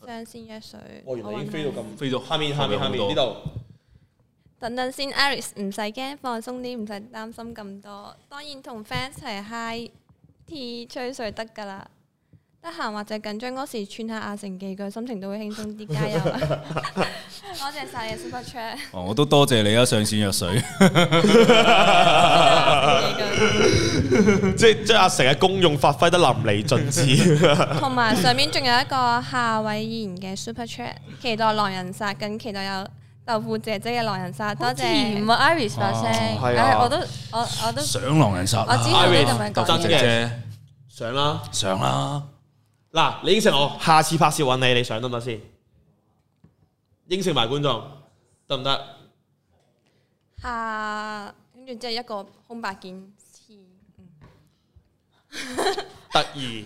Speaker 3: 哦
Speaker 4: 上線約水。
Speaker 3: 我原來已經飛
Speaker 4: 我搵啊
Speaker 3: 到
Speaker 4: 下
Speaker 3: 咁
Speaker 2: 飛咗
Speaker 3: 下面下面下面呢度，
Speaker 4: 等等先，Iris 唔使驚，放鬆啲，唔使擔心咁多。當然同 friend 一齊 high tea 吹水得㗎啦。得閒或者緊張嗰時串下阿成幾句，心情都會輕鬆啲。 加油啊！多謝晒你嘅 super chat。
Speaker 2: 哦，我都多謝你啊！上線藥水，
Speaker 3: 即係即係阿成嘅功用發揮得淋漓盡致。
Speaker 4: 同埋上面仲有一個夏偉賢嘅 super chat，期待狼人殺，更期待有豆腐姐姐嘅狼人殺。多
Speaker 1: 好甜
Speaker 4: 謝。哎
Speaker 1: 啊，Iris 把聲，
Speaker 3: 係啊
Speaker 1: 唉我都我我都
Speaker 2: 上狼人殺
Speaker 1: 我知道你咁樣講
Speaker 3: Iris，真
Speaker 1: 嘢
Speaker 3: 嘅。
Speaker 2: 姐
Speaker 3: 上啦，
Speaker 2: 上啦，
Speaker 3: 嗱你應承我，下次拍攝揾你，你上得唔得先？應承埋觀眾得唔得？
Speaker 4: 下跟住之後一個空白件詞，
Speaker 3: 得意，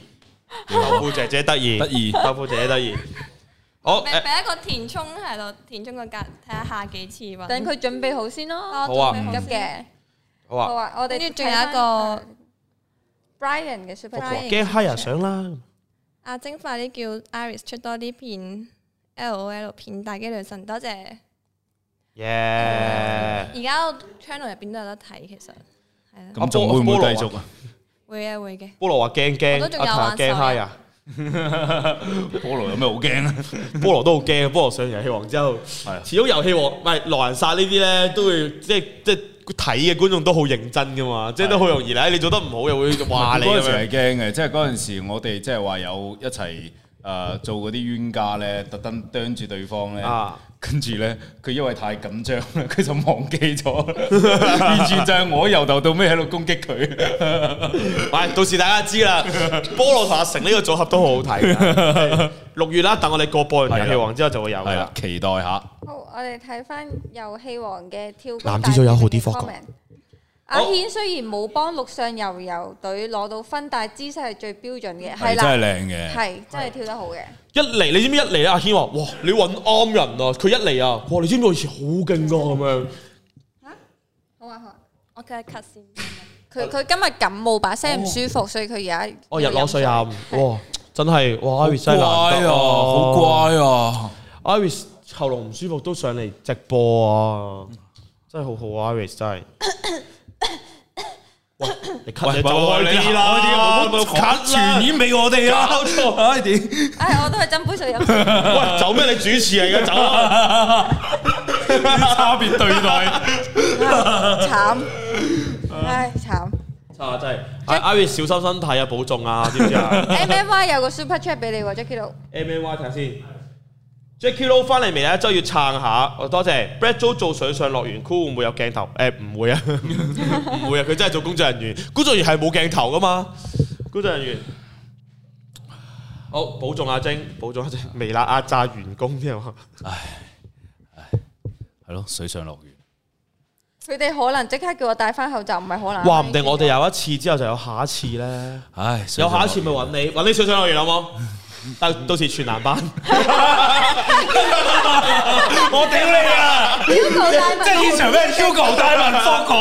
Speaker 3: 豆腐姐姐得意，
Speaker 2: 得意
Speaker 3: 豆腐姐姐得意。我
Speaker 4: 俾
Speaker 3: 哦誒
Speaker 4: 俾一個填充喺度，填充個格，睇下下幾次揾。
Speaker 1: 等佢準備好先咯，
Speaker 4: 好
Speaker 3: 啊
Speaker 1: 唔急嘅。
Speaker 3: 好
Speaker 1: 我
Speaker 3: 啊，
Speaker 1: 話我哋
Speaker 4: 跟住仲有一個
Speaker 1: Brian 嘅 super
Speaker 3: 我
Speaker 1: chat
Speaker 3: 驚黑人相啦，
Speaker 4: 阿晶快啲叫 Iris 出多啲片 LOL 片大機女神，多謝。
Speaker 3: 耶！
Speaker 4: 而家個 channel 入邊都有得睇，其實係啦，
Speaker 2: 咁仲會唔會繼續啊？
Speaker 4: 會嘅會嘅。
Speaker 3: 菠蘿話驚驚，
Speaker 4: 我都仲有
Speaker 3: 阿
Speaker 4: 玩
Speaker 3: 泰話驚
Speaker 4: 手遊
Speaker 3: 嗨啊！
Speaker 2: 菠蘿有咩好驚啊？
Speaker 3: 菠蘿都好驚，菠蘿上遊戲王之後，
Speaker 2: 啊
Speaker 3: 始終遊戲王唔係狼人殺呢啲咧，都會即係即係睇嘅觀眾都好認真噶嘛，即係都好容易咧，你做得唔好又會話 你
Speaker 2: 嗰
Speaker 3: 咁
Speaker 2: 陣時係
Speaker 3: 樣。
Speaker 2: 驚嘅，即係嗰陣時我哋即係話有一齊誒、呃做嗰啲冤家咧，特登啄住對方咧，
Speaker 3: 啊
Speaker 2: 跟住咧佢因為太緊張啦，佢就忘記咗，完全就係我由頭到尾喺度攻擊佢。
Speaker 3: 喂，到時大家知啦，菠蘿同阿成呢個組合都好好 睇㗎。六月啦，等我哋過播完遊戲王之後就會有㗎
Speaker 2: 係啦啊
Speaker 3: 啦，。
Speaker 2: 期待下。
Speaker 1: 好，我哋睇翻遊戲王嘅跳高
Speaker 3: 男子組有好啲
Speaker 1: 大戰嘅
Speaker 3: focus
Speaker 1: comment 阿
Speaker 3: 好
Speaker 1: 軒雖然冇幫陸上游游隊攞到分，但係姿勢係最標準嘅，係
Speaker 2: 係真係
Speaker 1: 啦，
Speaker 2: 靚嘅。
Speaker 1: 係真係跳得好嘅。
Speaker 3: 一嚟你知唔知一嚟咧？阿軒話：哇，你揾啱人啊！佢一嚟啊，哇，你知唔知我以前好勁噶咁樣。
Speaker 1: 好啊好啊，
Speaker 4: 我嘅 cut 先。
Speaker 1: 佢佢今日感冒把聲唔舒服，所以佢而家
Speaker 3: 我日落水啊！哇，真係哇，Iris 真係難得啊，
Speaker 2: 啊！
Speaker 3: 乖。Iris 喉嚨唔舒服都上嚟直播啊，真係好好啊！Iris 真係。喂，你
Speaker 2: 喂
Speaker 3: cut
Speaker 2: 喂
Speaker 3: 你走開
Speaker 2: 喂，你
Speaker 3: 啲
Speaker 2: 行開啲
Speaker 3: 啦，
Speaker 2: 啊，冇
Speaker 3: 啦
Speaker 2: 傳染俾我哋啊！
Speaker 3: 搞錯
Speaker 2: 唉點？
Speaker 4: 哎
Speaker 1: 唉，我都係斟杯水 飲。
Speaker 3: 喂，走咩？你主持 嚟 嘅，走啊！
Speaker 2: 差別對待。
Speaker 1: 慘，唉慘。
Speaker 3: 啊，真係啊，Iris 小心身體啊，保重啊，知唔知啊
Speaker 1: M M Y 有個 super chat 俾你喎，Jackie 佬。
Speaker 3: ？M M Y 睇下先。Jackie Lou 翻嚟未啊咧？真係要撐下，我多謝。Brad Jo 做水上樂園 Cool 會唔會有鏡頭？誒唔會啊，唔會啊，佢真係做工作人員，工作人員係冇鏡頭噶嘛，工作人員。好，保重阿晶，保重阿晶，微辣壓榨員工添啊！
Speaker 2: 係咯，水上樂園。
Speaker 1: 佢哋可能即刻叫我戴翻口罩，唔係可能。
Speaker 3: 話唔定我哋有一次之後就有下一次咧，
Speaker 2: 唉，
Speaker 3: 有下一次
Speaker 2: 次
Speaker 3: 咪揾你，揾你水上樂園好冇？但到時全男班。
Speaker 2: 我屌你啊！
Speaker 1: Hugo 戴
Speaker 2: 即係現場俾人 Hugo 大文覆我。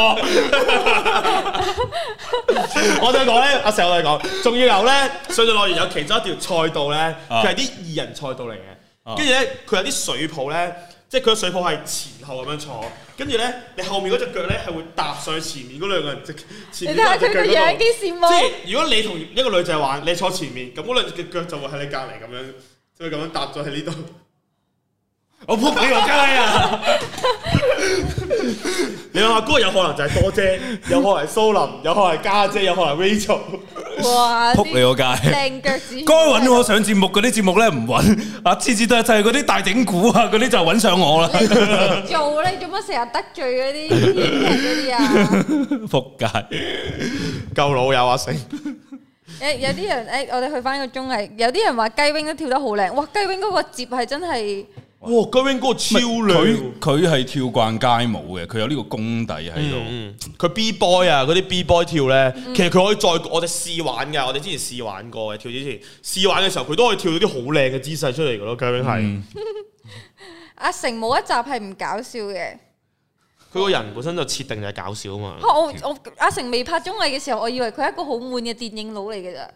Speaker 3: 我想講咧，阿成我哋講，仲要有咧，水上樂園有其中一條賽道咧，
Speaker 2: 啊
Speaker 3: 佢係啲二人賽道嚟嘅，跟住咧佢有啲水泡咧，即係佢嘅水泡係前後咁樣坐，跟住咧你後面嗰只腳咧係會搭上前面嗰兩個人隻
Speaker 1: 你
Speaker 3: 前
Speaker 1: 睇
Speaker 3: 面
Speaker 1: 下
Speaker 3: 嗰
Speaker 1: 佢個
Speaker 3: 兩隻腳
Speaker 1: 樣
Speaker 3: 嗰
Speaker 1: 幾
Speaker 3: 度。
Speaker 1: 羨
Speaker 3: 即
Speaker 1: 慕。
Speaker 3: 係如果你同一個女仔玩，你坐前面，咁嗰兩隻腳就會喺你隔離咁樣，就會咁樣搭咗喺呢度。
Speaker 2: 我撲你個街啊！
Speaker 3: 你諗下，嗰個有可能就係多 姐，有可能係蘇林，有可能係家姐，有可能係 Rachel。
Speaker 1: 哇！
Speaker 2: 撲你個街！
Speaker 1: 靚腳 趾。
Speaker 2: 該揾我上節目嗰啲節目咧唔揾，啊次次都係就係嗰啲大整蠱啊嗰啲就揾上我啦，
Speaker 1: 做咧，做乜成日得罪嗰啲演劇嗰啲啊？
Speaker 2: 仆街！
Speaker 3: 夠老友啊阿成，
Speaker 1: 誒有啲人誒，我哋去翻個綜藝，有啲人話雞 wing 都跳得好靚，哇！雞 wing 嗰個接係真係
Speaker 3: 哇 g o i n 哥超靚
Speaker 2: 佢佢係跳慣街舞嘅，佢有呢個功底喺度。
Speaker 3: 嗯，佢 B boy 啊，嗰啲 B boy 跳咧，其實佢可以再我哋試玩㗎，我哋之前試玩過嘅，跳之前試玩嘅時候，佢都可以跳到啲好靚嘅姿勢出嚟㗎咯，究竟係
Speaker 1: 阿成冇一集係唔搞笑嘅。
Speaker 3: 佢個人本身就設定就係搞笑啊嘛。
Speaker 1: 我我阿成未拍綜藝嘅時候，我以為佢係一個好悶嘅電影佬嚟嘅咋。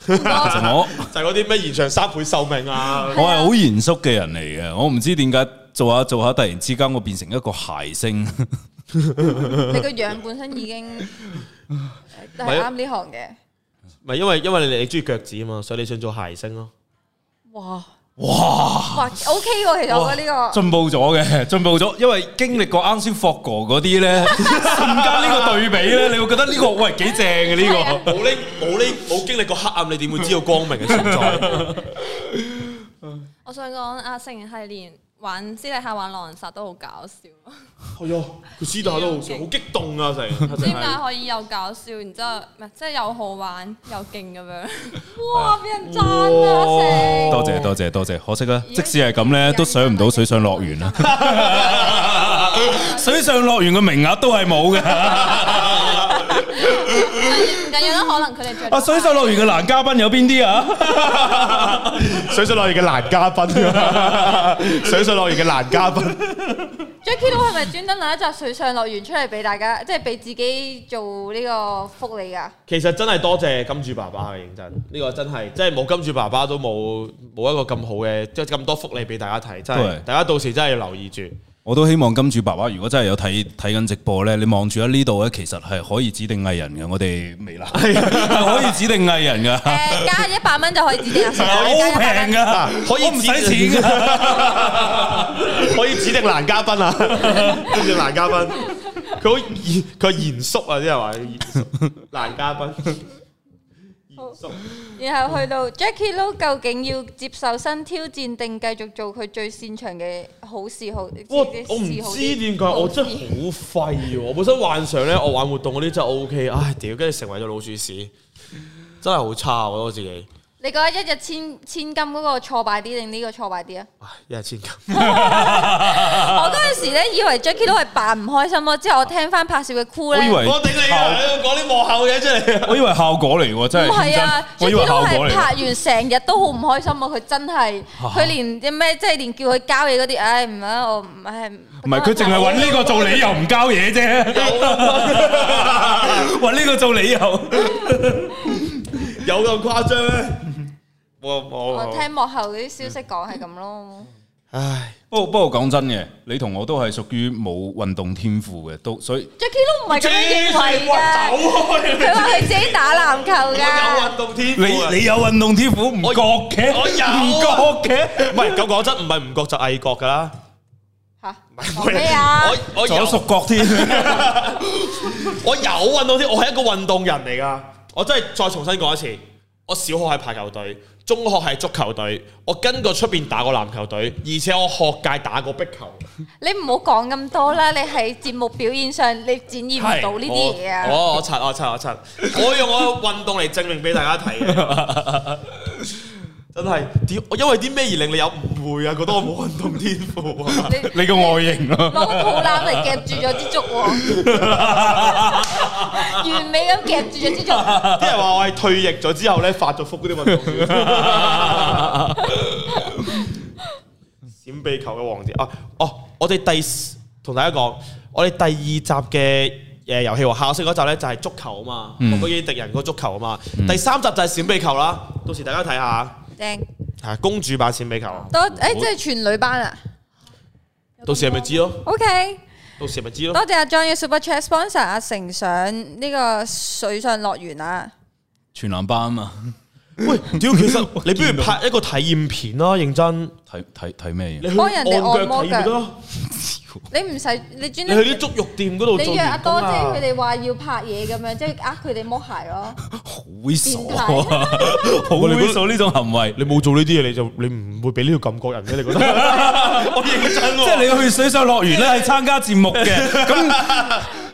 Speaker 2: 其實我
Speaker 3: 就係嗰啲咩延長三倍壽命 啊，
Speaker 2: 我係好嚴肅嘅人嚟嘅，我唔知點解做下做下突然之間我變成一個諧星，
Speaker 1: 你個樣本身已經都係啱呢行嘅。
Speaker 3: 咪因為因為你你中意腳趾啊嘛，所以你想做諧星咯。
Speaker 1: 哇！哇！哇！OK 喎，其實我覺得啊呢個
Speaker 2: 進步咗嘅， 進步咗，因為經歷過啱先霍哥嗰啲咧， 瞬間呢個對比咧，你會覺得呢個喂幾正嘅
Speaker 1: 啊
Speaker 2: 呢
Speaker 3: 冇呢冇呢冇經歷過黑暗，你點會知道光明嘅存 在？
Speaker 4: 我想講阿成係連玩私底下玩狼人殺都好搞 笑，唔
Speaker 3: 係啊，佢私底下都好笑，好激動啊！成成
Speaker 4: 知點解
Speaker 3: 係
Speaker 4: 可以又搞笑，然之後唔係即係又好玩又勁 咁樣。
Speaker 1: 哇！俾人讚啊，阿成。
Speaker 2: 個。多謝哦多謝多謝，可惜啦，即使係咁咧，都上唔到水上樂園啊啦。 水上樂園嘅名額都係冇嘅。
Speaker 4: 唔緊要啦，可能佢 哋着
Speaker 2: 啊，水上樂園嘅男嘉賓有邊啲啊？
Speaker 6: 水上樂園嘅男嘉賓，水上樂園嘅男嘉賓，
Speaker 1: Jackie 都係咪專登攞一集水上樂園出嚟俾大家，即係俾自己做呢個福利㗎？
Speaker 3: 其實真係多謝金主爸爸嘅認真，呢、個真係，即係冇金主爸爸都冇冇一個咁好嘅，即係咁多福利俾大家睇，真
Speaker 2: 對
Speaker 3: 係大家到時真係要留意住。
Speaker 2: 我都希望金主爸爸如果真係有睇睇緊直播咧，你望住喺呢度咧，其實係可以指定藝人嘅，我哋微辣係可以指定藝人噶，好
Speaker 1: 誒，加一百蚊就可以指定阿成啦，你加100蚊
Speaker 2: 平啊噶，
Speaker 3: 可以
Speaker 2: 我唔使
Speaker 3: 指定
Speaker 2: 錢噶。
Speaker 6: 可以指定男嘉賓啊，指定男嘉賓，
Speaker 3: 佢好嚴佢嚴肅啊，即係話嚴肅男嘉賓。
Speaker 1: 然後去到 Jackie Lou 究竟要接受新挑戰定繼續做佢最擅長嘅好嗜好？
Speaker 3: 哇！
Speaker 1: 自己
Speaker 3: 我唔
Speaker 1: 嗜好
Speaker 3: 知
Speaker 1: 啲
Speaker 3: 點解，我真係
Speaker 1: 好
Speaker 3: 好廢喎！我本身幻想咧，我玩活動嗰啲真係 O K，唉屌，跟住成為咗老鼠屎，真係好差我覺得我自己。
Speaker 1: 你覺得一日千千金嗰個挫敗啲定呢個挫敗啲啊？
Speaker 3: 唉，一日千金。
Speaker 1: 我嗰陣時咧以為 Jackie 都係扮唔開心咯，之後我聽翻拍攝嘅 Cool
Speaker 2: 我以
Speaker 1: 咧，
Speaker 2: 為
Speaker 3: 我頂你啊！你喺度講啲幕後嘢出嚟啊！
Speaker 2: 我以為效果嚟喎，真
Speaker 1: 唔
Speaker 2: 係
Speaker 1: 係啊
Speaker 2: 認真我以為
Speaker 1: ，Jackie
Speaker 2: 效
Speaker 1: 都
Speaker 2: 果
Speaker 1: 係
Speaker 2: 嚟喎。
Speaker 1: 拍完成日都好唔開心啊！佢真係佢連啲咩即係連叫佢交嘢嗰啲，唉唔啊，我唔係
Speaker 2: 唔係佢淨係揾呢個做理由唔交嘢 啫， 揾呢個做理由。
Speaker 3: 有咁誇張咩？冇
Speaker 1: 我
Speaker 3: 冇。
Speaker 1: 聽幕後嗰啲消息講係咁
Speaker 3: 嗯
Speaker 1: 咯。
Speaker 3: 唉，
Speaker 2: 不過不過講真嘅，你同我都係屬於冇運動天賦嘅，都所以
Speaker 1: Jackie 都唔係咁樣認為
Speaker 3: 哇
Speaker 1: 㗎。
Speaker 3: 走開！
Speaker 1: 佢話佢自己打籃球
Speaker 3: 我有運
Speaker 1: 㗎，
Speaker 3: 動天
Speaker 2: 你
Speaker 3: 賦啊
Speaker 2: 你有運動天賦唔
Speaker 3: 我
Speaker 2: 覺嘅，
Speaker 3: 我有啊
Speaker 2: 唔覺嘅。
Speaker 3: 唔係咁講真，唔係唔覺就偽覺㗎啦。
Speaker 1: 吓講咩啊？
Speaker 3: 我我有
Speaker 2: 左屬國 添，
Speaker 3: 我有運動添，我係一個運動人嚟噶。我真係再重新講一次，我小學係排球隊，中學係足球隊，我跟過出邊打過籃球隊，而且我學界打過壁球。
Speaker 1: 你唔好講咁多啦，你喺節目表現上你展現唔到呢啲嘢啊。
Speaker 3: 我哦我我擦我擦我擦，我用我嘅運動嚟證明俾大家睇嘅。真係點？我因為啲咩而令你有誤會啊？覺得我冇運動天賦啊？
Speaker 1: 你
Speaker 2: 你個外形
Speaker 1: 攞
Speaker 2: 咯。
Speaker 1: 個肚腩嚟夾住咗支竹喎， 完美咁夾住咗支竹。
Speaker 3: 啲人話我係退役咗之後咧發咗福嗰啲運動員，閃避球嘅王子啊！哦，我哋第四同大家講，我哋第二集嘅誒遊戲王下星嗰集咧就係足球啊嘛，
Speaker 2: 嗯
Speaker 3: 嗰啲敵人嗰足球啊嘛，
Speaker 1: 嗯
Speaker 3: 第三集就係閃避球啦，到時大家睇下
Speaker 1: 正
Speaker 3: 係公主版閃避球，啊
Speaker 1: 多誒，即係全女班啊。嗯
Speaker 3: 到時係咪知咯？
Speaker 1: OK，
Speaker 3: 到時係咪知咯？
Speaker 1: 多謝阿 John 嘅 Super Chat sponsor 阿成上呢個水上樂園啊。
Speaker 2: 全男班啊嘛，
Speaker 3: 喂，屌，其實你不如拍一個體驗片啦，認真，
Speaker 2: 睇睇睇咩嘢？
Speaker 3: 你去
Speaker 1: 幫人哋
Speaker 3: 按腳
Speaker 1: 按摩
Speaker 3: 體驗
Speaker 1: 腳
Speaker 3: 咯，
Speaker 1: 你唔使你專
Speaker 3: 你
Speaker 1: 登
Speaker 3: 去啲足浴店嗰度
Speaker 1: 你
Speaker 3: 做
Speaker 1: 約阿
Speaker 3: 員工
Speaker 1: 多姐
Speaker 3: 啊
Speaker 1: 佢。哋話要拍嘢咁樣，即係呃佢哋剝鞋咯。
Speaker 2: 好猥瑣啊！
Speaker 1: 變
Speaker 2: 好猥瑣呢種行 為。
Speaker 3: 你冇做呢啲嘢，你就你唔會俾呢個感覺人嘅，你覺得？
Speaker 1: 啊
Speaker 3: 啊我認真
Speaker 2: 即係你去水上樂園咧，係參加節目嘅， 咁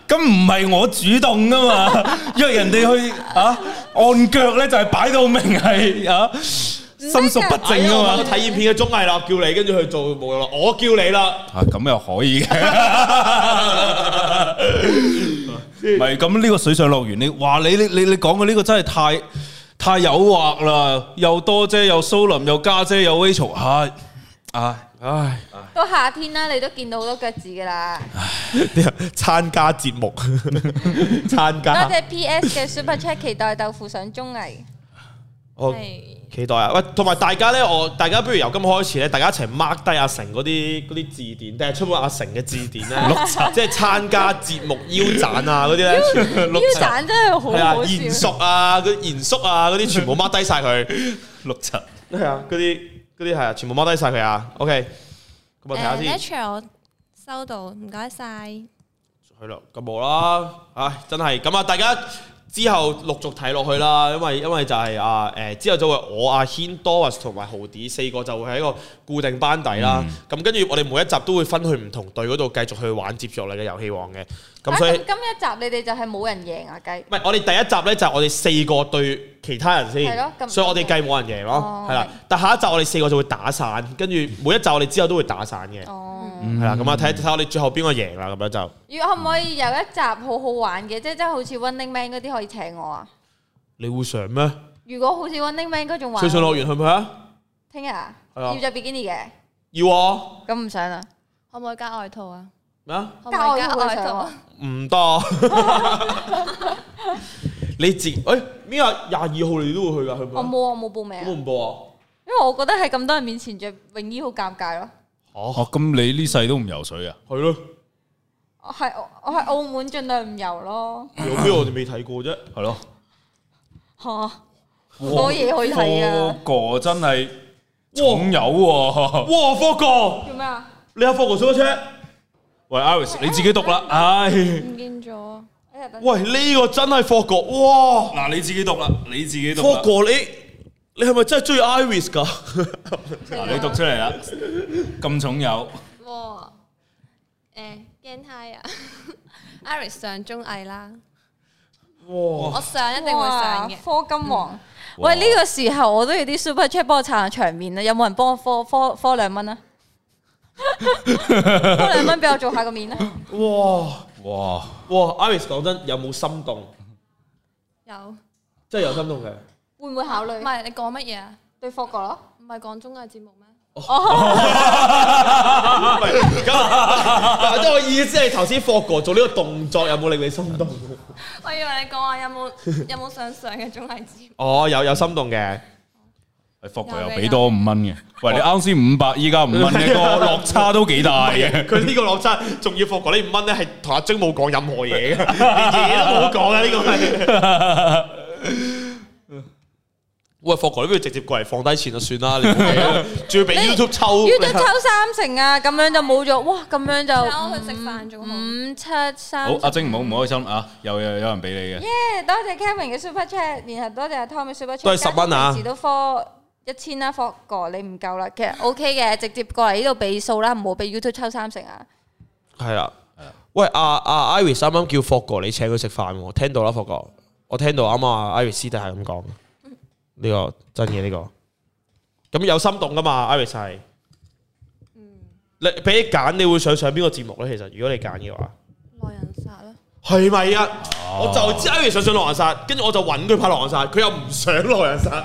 Speaker 2: 咁唔係我主動噶 嘛，約人哋去啊按腳咧就係擺到明係啊心術不正
Speaker 3: 啊嘛！
Speaker 2: 啊
Speaker 3: 個
Speaker 2: 嘛
Speaker 3: 體，驗片嘅綜藝啦，叫你跟住去做冇用啦，我叫你啦，
Speaker 2: 啊咁又可以 嘅，唔係咁呢個水上樂園，你哇你你你你講嘅呢個真係太太誘惑啦，又多姐又蘇林又家姐又 Rachel，唉唉。
Speaker 3: 唉，
Speaker 1: 都夏天啦，你都見到好多腳趾噶啦。
Speaker 3: 參加 節目，參
Speaker 1: 多
Speaker 3: 加，
Speaker 1: 謝 PS 嘅 Super Chat，期待豆腐上綜藝。
Speaker 3: 我期待啊！喂，同埋大家咧，我大家不如由今日開始咧，大家一齊 mark 低阿成嗰啲嗰啲字典，定係出本阿成嘅字典咧， 即係參加節目腰斬啊嗰啲咧，
Speaker 1: 腰斬真係好
Speaker 3: 係啊，
Speaker 1: 好
Speaker 3: 嚴
Speaker 1: 笑。
Speaker 3: 肅啊，嗰啲嚴肅啊，嗰啲全部 mark 低晒佢。
Speaker 2: 六七，
Speaker 3: 係啊，嗰啲嗰啲係啊，全部 mark 低晒佢啊。OK，咁啊我睇下
Speaker 4: 誒
Speaker 3: 先。
Speaker 4: natural 收到，唔該晒。
Speaker 3: 係咯，咁冇啦，唉，真係咁啊！大家之後陸續睇落去啦，因為因為就係、啊誒、之後就會我啊阿軒、Doris 同埋豪迪四個就會係一個固定班底啦。咁跟住我哋每一集都會分去唔同隊嗰度繼續去玩接住落嚟嘅遊戲王嘅。咁
Speaker 1: 啊
Speaker 3: 所以
Speaker 1: 咁今一集你哋就係冇人贏啊雞。
Speaker 3: 唔係我哋第一集呢，就係我哋四個對其他人
Speaker 1: 係咯
Speaker 3: 先，
Speaker 1: 咁
Speaker 3: 所以我哋計冇人贏咯
Speaker 1: 哦，
Speaker 3: 係啦。但下一集我哋四個就會打散，跟住每一集我哋之後都會打散嘅，
Speaker 1: 哦，
Speaker 3: 係啦。咁啊，睇睇下我哋最後邊個贏啦，咁樣就
Speaker 1: 要可唔可以有一集好好玩嘅，即係即係好似 Running Man 嗰啲可以請我啊？
Speaker 3: 你會上咩？
Speaker 1: 如果好似 Running Man 嗰種玩
Speaker 3: 水，上樂園去唔去啊？
Speaker 1: 聽日啊
Speaker 3: 係啊
Speaker 1: 要着 bikini 嘅，
Speaker 3: 要啊
Speaker 1: 咁唔想啦，
Speaker 4: 可唔可以加外套啊？
Speaker 3: 咩啊？
Speaker 4: 可唔可以
Speaker 1: 加
Speaker 4: 加
Speaker 1: 外
Speaker 4: 外
Speaker 1: 套
Speaker 4: 套
Speaker 1: 啊
Speaker 4: 啊？
Speaker 3: 唔多。 你自誒咩啊？廿二號你都會去㗎，去唔去
Speaker 1: 我
Speaker 3: 啊？
Speaker 1: 冇我冇報名啊
Speaker 3: 好，唔報啊？
Speaker 1: 因為我覺得喺咁多人面前着泳衣好尷尬咯。
Speaker 2: 哦，咁你呢世都唔游水啊？
Speaker 3: 係咯，
Speaker 1: 我係我喺澳門盡量唔游咯，
Speaker 3: 有咩我哋未睇過啫？
Speaker 2: 係咯，
Speaker 1: 嚇好多嘢可以睇啊！
Speaker 2: 個真係重有喎。
Speaker 3: 哇！科哥，
Speaker 1: 做咩啊？
Speaker 3: 你有科哥上咗車？
Speaker 2: 喂，Iris，你自己讀啦，唉，
Speaker 4: 唔見咗，
Speaker 1: 哎呀等
Speaker 3: 喂，呢個真係科哥，哇！
Speaker 2: 嗱，你自己讀啦，你自己讀
Speaker 3: 科
Speaker 2: 啦，
Speaker 3: 哥你你係咪真係中意 Iris 㗎？
Speaker 2: 嗱，你讀出嚟啦，咁重有，
Speaker 4: 哇！誒驚 high 啊！Iris 上綜藝啦，
Speaker 3: 哇！
Speaker 4: 我上一定會上嘅。
Speaker 1: 科金王。嗯喂，呢個時候我都要啲 super chat 幫我撐下場面啊！有冇人幫我科科科兩 蚊啊？科兩蚊俾我做下個面啊！
Speaker 3: 哇
Speaker 2: 哇，
Speaker 3: 哇！Iris 講真，有冇心動？
Speaker 4: 有，
Speaker 3: 真係有心動嘅。
Speaker 1: 會唔會考
Speaker 4: 唔
Speaker 1: 慮
Speaker 4: 係你講乜嘢啊？
Speaker 1: 對科國咯？
Speaker 4: 唔係講綜藝節目咩？
Speaker 1: 哦
Speaker 3: 唔係 咁，啊即係我意思係頭先霍哥做呢個動作有冇令你心動？
Speaker 4: 我以為你講啊話有 冇有冇想上嘅綜藝節目？
Speaker 3: 哦，有有心動嘅，
Speaker 2: 你霍哎佢又俾多五蚊嘅，喂，你啱先五百，依家五蚊， 一個落差都幾大 嘅。
Speaker 3: 佢呢個落差，仲要霍哥呢五蚊咧係同阿晶冇講任何嘢嘅， 嘢都冇講啊！呢個係。喂，霍哥，你不如直接過嚟放低錢就算啦，你唔好俾啦 仲要俾 YouTube 抽
Speaker 1: 要抽三成啊！咁樣就冇 咗，哇！咁樣
Speaker 4: 請啊我
Speaker 1: 就
Speaker 4: 去食飯仲好。
Speaker 1: 五七三
Speaker 2: 好，。阿晶唔好唔開心啊，又又有人俾你嘅，
Speaker 1: 耶！多謝 Kevin 嘅 Super Chat，然後多謝阿 Tom 嘅 Super Chat，
Speaker 3: 都係10蚊啊
Speaker 1: 平時都科一千啦，科哥你唔夠啦，其實 OK 嘅，直接過嚟呢度俾數啦，唔好俾 YouTube 抽三成啊！
Speaker 3: 係啦。喂，阿阿 Iris 啱啱叫霍哥你請佢食飯喎，聽到啦，霍哥，我聽到啱啱阿 Iris 師弟係咁講，呢個真嘅呢個。咁有心動噶嘛，Iris 係。嗯你俾你揀，你會想上邊個節目咧？其實如果你揀嘅話，
Speaker 4: 內人殺啦，
Speaker 3: 係咪啊？我就知 Iris 想上狼人殺，跟住我就揾佢拍狼人殺，佢又唔想狼人殺，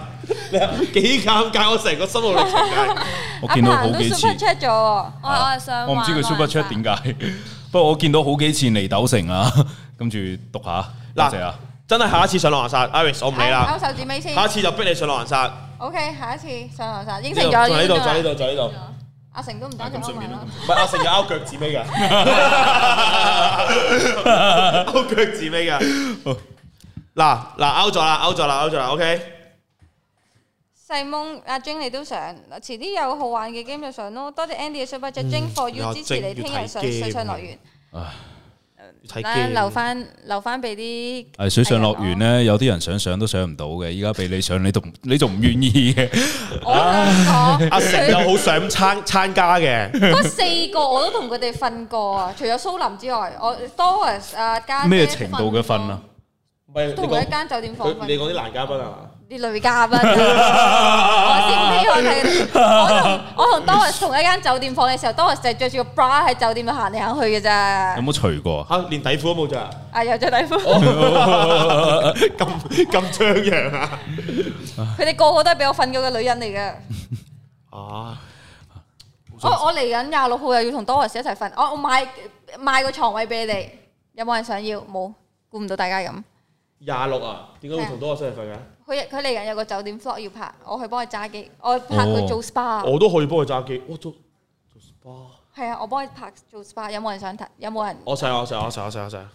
Speaker 3: 你睇幾尷尬？我成個心路歷程啊係。
Speaker 2: 我
Speaker 1: 阿
Speaker 2: 見到
Speaker 1: 彭
Speaker 2: 好
Speaker 1: 都
Speaker 2: 幾次
Speaker 1: Super。Chat 咗喎，
Speaker 4: 我我係想
Speaker 2: 我唔知
Speaker 3: 啊
Speaker 2: 佢 super chat 點解， 不過我見到好幾次嚟斗城啊， 跟住讀下，多謝啊，
Speaker 3: 真係下一次上狼人殺，Iris 我唔理啦，
Speaker 1: 勾手指尾先
Speaker 3: 下一次就逼你上狼人殺。
Speaker 1: ，OK，下一次上堂晒，應承
Speaker 3: 呢度
Speaker 1: 咗
Speaker 3: 就呢度，
Speaker 1: 應承咗
Speaker 3: 就呢度，就呢度。
Speaker 4: 啊
Speaker 1: 阿成都唔啊等
Speaker 2: 啊
Speaker 1: 咗
Speaker 2: 咁順
Speaker 1: 我
Speaker 2: 便
Speaker 1: 埋
Speaker 2: 啦
Speaker 1: 咯，
Speaker 3: 唔係，我成日勾腳趾 尾㗎，勾腳趾尾㗎。嗱嗱，勾咗啦，勾咗啦，勾咗啦，OK。
Speaker 1: 細夢阿 Jing 你都上，遲啲有好玩嘅 game 就上咯，多謝 Andy 嘅 Super Chat，Jing for
Speaker 3: 阿
Speaker 1: you 支持你，
Speaker 3: 嗯 Jing
Speaker 1: 聽
Speaker 3: 要
Speaker 1: 日上
Speaker 3: 睇
Speaker 1: 水上
Speaker 3: game 啊
Speaker 1: 樂園，
Speaker 3: 睇
Speaker 1: 啦留
Speaker 3: game
Speaker 1: 翻留翻俾啲
Speaker 2: 誒水上樂園咧，有啲人想上都上唔到嘅，依家俾你上，你仲 你仲唔願意嘅？
Speaker 1: 我
Speaker 2: 啊
Speaker 1: 想講
Speaker 3: 阿成又啊好想參參加嘅，
Speaker 1: 嗰四個我都同佢哋瞓過啊，除咗蘇林之外，我 Doris 啊家姐
Speaker 2: 咩程度嘅瞓啊？
Speaker 3: 唔係你
Speaker 1: 都同佢一
Speaker 3: 講
Speaker 1: 間酒店房
Speaker 3: 佢
Speaker 1: 瞓
Speaker 3: 你。講啲男嘉賓啊？
Speaker 1: 啲女嘉賓，啊 我先俾我睇。我同我同 Doris 同一間酒店房嘅時候，Doris 就係着住個 bra 喺酒店度行嚟行去嘅咋。
Speaker 2: 有冇除過啊？
Speaker 3: 嚇，連底褲都冇着，
Speaker 1: 啊，又着底褲，
Speaker 3: 咁咁張揚啊！
Speaker 1: 佢哋個個都係俾我瞓過嘅女人嚟嘅。
Speaker 3: 啊，
Speaker 1: 我我嚟緊廿六號又要同 Doris 一齊瞓，我我買買個床位俾你哋，有冇人想要？冇，估唔到大家咁。
Speaker 3: 廿六啊，點解會同多個一齊瞓嘅？
Speaker 1: 佢佢嚟緊有個酒店 vlog 要拍，我去幫佢揸機，我拍佢做 SPA。
Speaker 3: 哦我都可以幫佢揸機，我做做 SPA。
Speaker 1: 係啊，我幫佢拍做 SPA，有冇人想睇？有冇人？
Speaker 3: 我上我上我上我上我上。